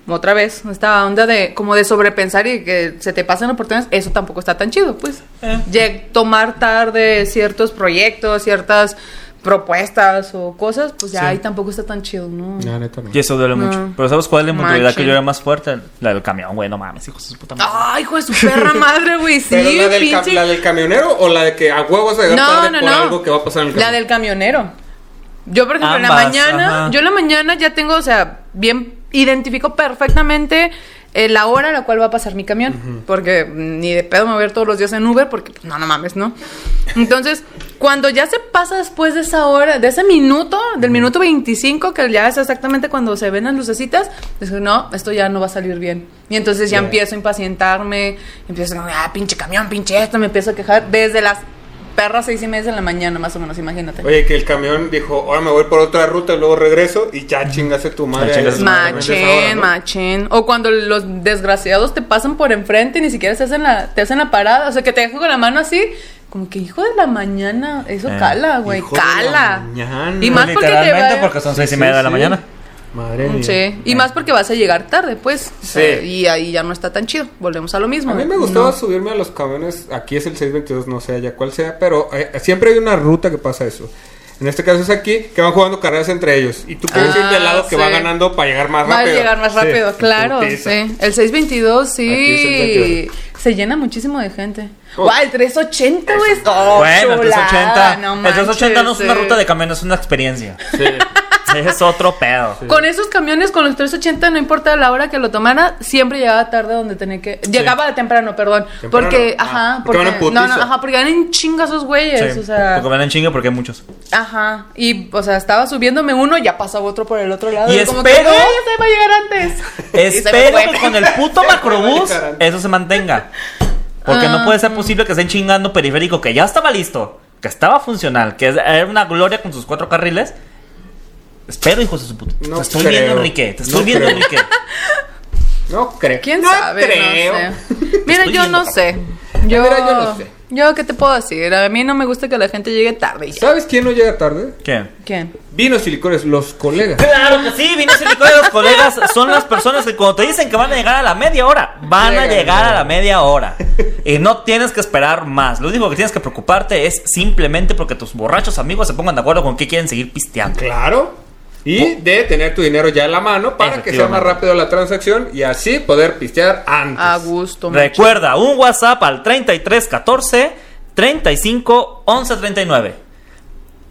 Otra vez, esta onda de como de sobrepensar y que se te pasan oportunidades, eso tampoco está tan chido, pues. Eh. Lleg- tomar tarde ciertos proyectos, ciertas propuestas o cosas, pues ya Sí. ahí tampoco está tan chido, ¿no? No, neta no. Y eso duele mucho. No. Pero ¿sabes cuál es la mutualidad Manche. que yo era más fuerte? La del camión, güey, no mames, hijos de su puta madre. Ay, hijo de su perra madre, güey. Sí, ¿Pero la del, ca- pinche. la del camionero o la de que a huevo vas a llegar no, tarde no, por no. algo que va a pasar en el la camino? del camionero. Yo, por ejemplo, en la Ambas, mañana, ajá. yo en la mañana ya tengo, o sea, bien, identifico perfectamente eh, la hora a la cual va a pasar mi camión. Porque mm, ni de pedo me voy a ir todos los días en Uber, porque pues, no, no mames, ¿no? Entonces, cuando ya se pasa después de esa hora, de ese minuto, del minuto 25, que ya es exactamente cuando se ven las lucecitas, digo, no, esto ya no va a salir bien. Y entonces ya empiezo a impacientarme, empiezo a, ah, pinche camión, pinche esto, me empiezo a quejar desde las perras seis y media de la mañana, más o menos, imagínate. Oye, que el camión dijo, ahora me voy por otra ruta y luego regreso y ya chingase tu madre. Ya chingase tu madre. Ahora, Machín, ¿no? machín. O cuando los desgraciados te pasan por enfrente y ni siquiera se hacen la, te hacen la parada. O sea, que te dejan con la mano así. Como que hijo de la mañana. Eso Eh, cala, güey. hijo de la Cala. mañana. Y más porque te Literalmente va- porque son seis y Sí, media de la sí. mañana. Madre mía. Sí. Y más porque vas a llegar tarde, pues. O sea, Eh. Sí. Y ahí ya no está tan chido. Volvemos a lo mismo. A mí me No. gustaba subirme a los camiones, aquí es el 622, no sé ya cuál sea, pero eh, siempre hay una ruta que pasa eso. en este caso es aquí, que van jugando carreras entre ellos. Y tú puedes Ah, ir del lado que sí. va ganando para llegar más Va a rápido. llegar más Sí. rápido, claro, Putiza. sí. El 622, Aquí es el sí. 622. Se llena muchísimo de gente. Oh. Guau, el 380, güey. es- oh, Bueno, el chulada, 380. no el 380 no es manches, una sí. ruta de camión, es una experiencia. Sí. es otro pedo. Con esos camiones, con los 380, no importa la hora que lo tomara, siempre llegaba tarde donde tenía que. Llegaba temprano, perdón. Temprano, Porque, ah, ajá, porque porque. van en no, no, putiza. ajá, porque eran en chinga esos güeyes. Sí, O sea. Porque van en chinga porque hay muchos. Ajá. Y, o sea, estaba subiéndome uno, ya pasaba otro por el otro lado. Y como espero- que, "Ay, ya se va a llegar antes. Y se me Espero fue. que con el puto Se macrobús fue, Maricarán. eso se mantenga. Porque no puede Ah. ser posible que estén chingando periférico que ya estaba listo, que estaba funcional, que era una gloria con sus cuatro carriles. Espero, hijos de su puta. No te estoy creo. viendo, Enrique. Te estoy No viendo, creo. Enrique. No creo. ¿Quién no sabe? Creo. No sé. Mira, Estoy yo yendo, no papá. sé. Yo, Mira, yo no sé. Yo, ¿qué te puedo decir? A mí no me gusta que la gente llegue tarde. y ya. ¿Sabes quién no llega tarde? ¿Qué? ¿Quién? Vinos y licores, los colegas. Claro que sí, vinos y licores, los colegas son las personas que cuando te dicen que van a llegar a la media hora, van a Llegan, llegar a la llegan. media hora. Y no tienes que esperar más. Lo único que tienes que preocuparte es simplemente porque tus borrachos amigos se pongan de acuerdo con qué quieren seguir pisteando. Claro. Y de tener tu dinero ya en la mano para que sea más Efectivamente. rápido la transacción y así poder pistear antes. A gusto. macho. Recuerda, un WhatsApp al 3314 35 11 39.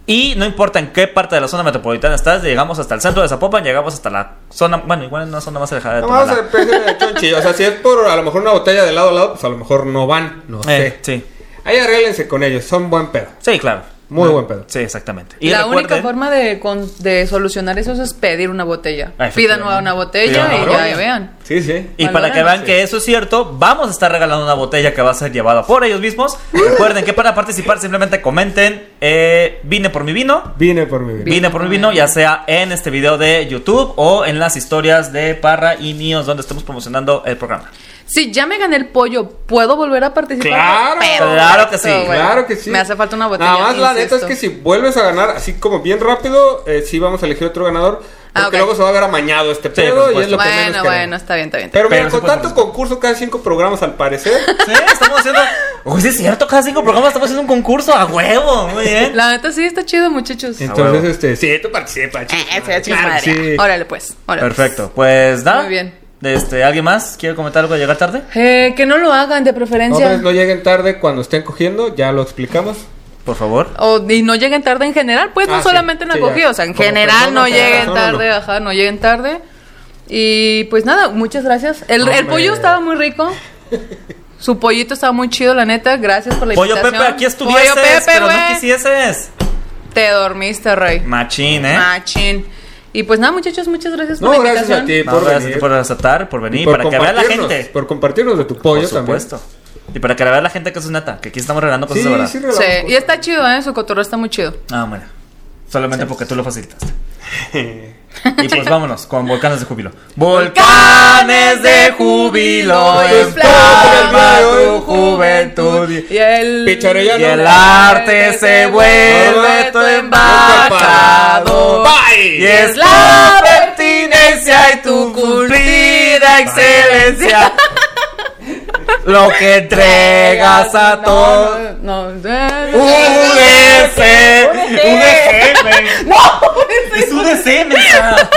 Y no importa en qué parte de la zona metropolitana estás, llegamos hasta el centro de Zapopan, llegamos hasta la zona, bueno, igual en una zona más alejada de No vamos a Tonalá. depender de chonchi. O sea, si es por a lo mejor una botella de lado a lado, pues a lo mejor no van. No Eh, sé. sí, Ahí arréglense con ellos. Son buen pedo. sí, claro. Muy buen pedo. Sí, exactamente. la única recuerden- forma de, con- de solucionar eso es pedir una botella. Ah, efectivamente. Pidan una botella Pidan y una ya botella. y vean. Sí, sí. Y para que vean que eso es cierto, vamos a estar regalando una botella que va a ser llevada por ellos mismos. Recuerden que para participar simplemente comenten, eh, vine por mi vino, Vine por mi vida. Vi- vine por mi vino, ya sea en este video de YouTube o en las historias de Parra y Míos donde estamos promocionando el programa. Si ya me gané el pollo, ¿puedo volver a participar? Claro. Claro que sí, güey. Claro que sí. Me hace falta una botella. Nada más la neta insisto. es que si vuelves a ganar así como bien rápido, eh, sí vamos a elegir otro ganador. Porque Ah, ok. luego se va a ver amañado este por pedo y es supuesto. lo que menos Bueno, queremos. bueno, está bien, está bien. está Pero Pero mira, sí con podemos tanto hacer. concurso cada cinco programas al parecer. Sí, estamos haciendo... Uy, sí es cierto, cada cinco programas estamos haciendo un concurso a huevo, muy bien. bien. La neta sí está chido, muchachos. Entonces, huevo. este, sí, tú participas. Eh, chingada. se ve Claro, madre. sí. Órale, pues. órale, pues. Perfecto, pues da. Muy bien. Este, ¿Alguien más quiere comentar algo de llegar tarde? Eh, que no lo hagan de preferencia. Hombres, no lleguen tarde cuando estén cogiendo, ya lo explicamos. Por favor. O, y no lleguen tarde en general, pues Ah, no sí, solamente en sí, acogido, ya. o sea, en Como general persona, no cada lleguen persona, tarde, no. ajá, no lleguen tarde. Y pues nada, muchas gracias. El, el Hombre. pollo estaba muy rico. Su pollito estaba muy chido, la neta. Gracias por la Pollo invitación. Pepe, aquí Pollo estuvieses, Pepe, pero no güey. quisieses. Te dormiste, rey. Machín, ¿eh? Machín. Y pues nada, muchachos, muchas gracias por No, la gracias invitación. a ti No, por gracias a ti venir. por aceptar, por venir, por para que vea la compartirnos, gente. Por compartirnos de tu Por pollo también. supuesto. Y para que la vea la gente que eso es neta, que aquí estamos regalando cosas Sí, de verdad. sí, Sí, relajamos. y está chido, ¿eh? Su cotorreo está muy chido. Ah, bueno. Solamente porque tú lo facilitaste. y pues vámonos con volcanes de júbilo. Volcanes de júbilo, inflama inflama tu juventud. Y el, Picharellano. Y el arte se vuelve tu embajador. Bye. Y es la pertinencia y tu cumplida excelencia. Lo que entregas a todos. No, no, no. Un E DC. Un E Un DC. No, es un DC, mensa.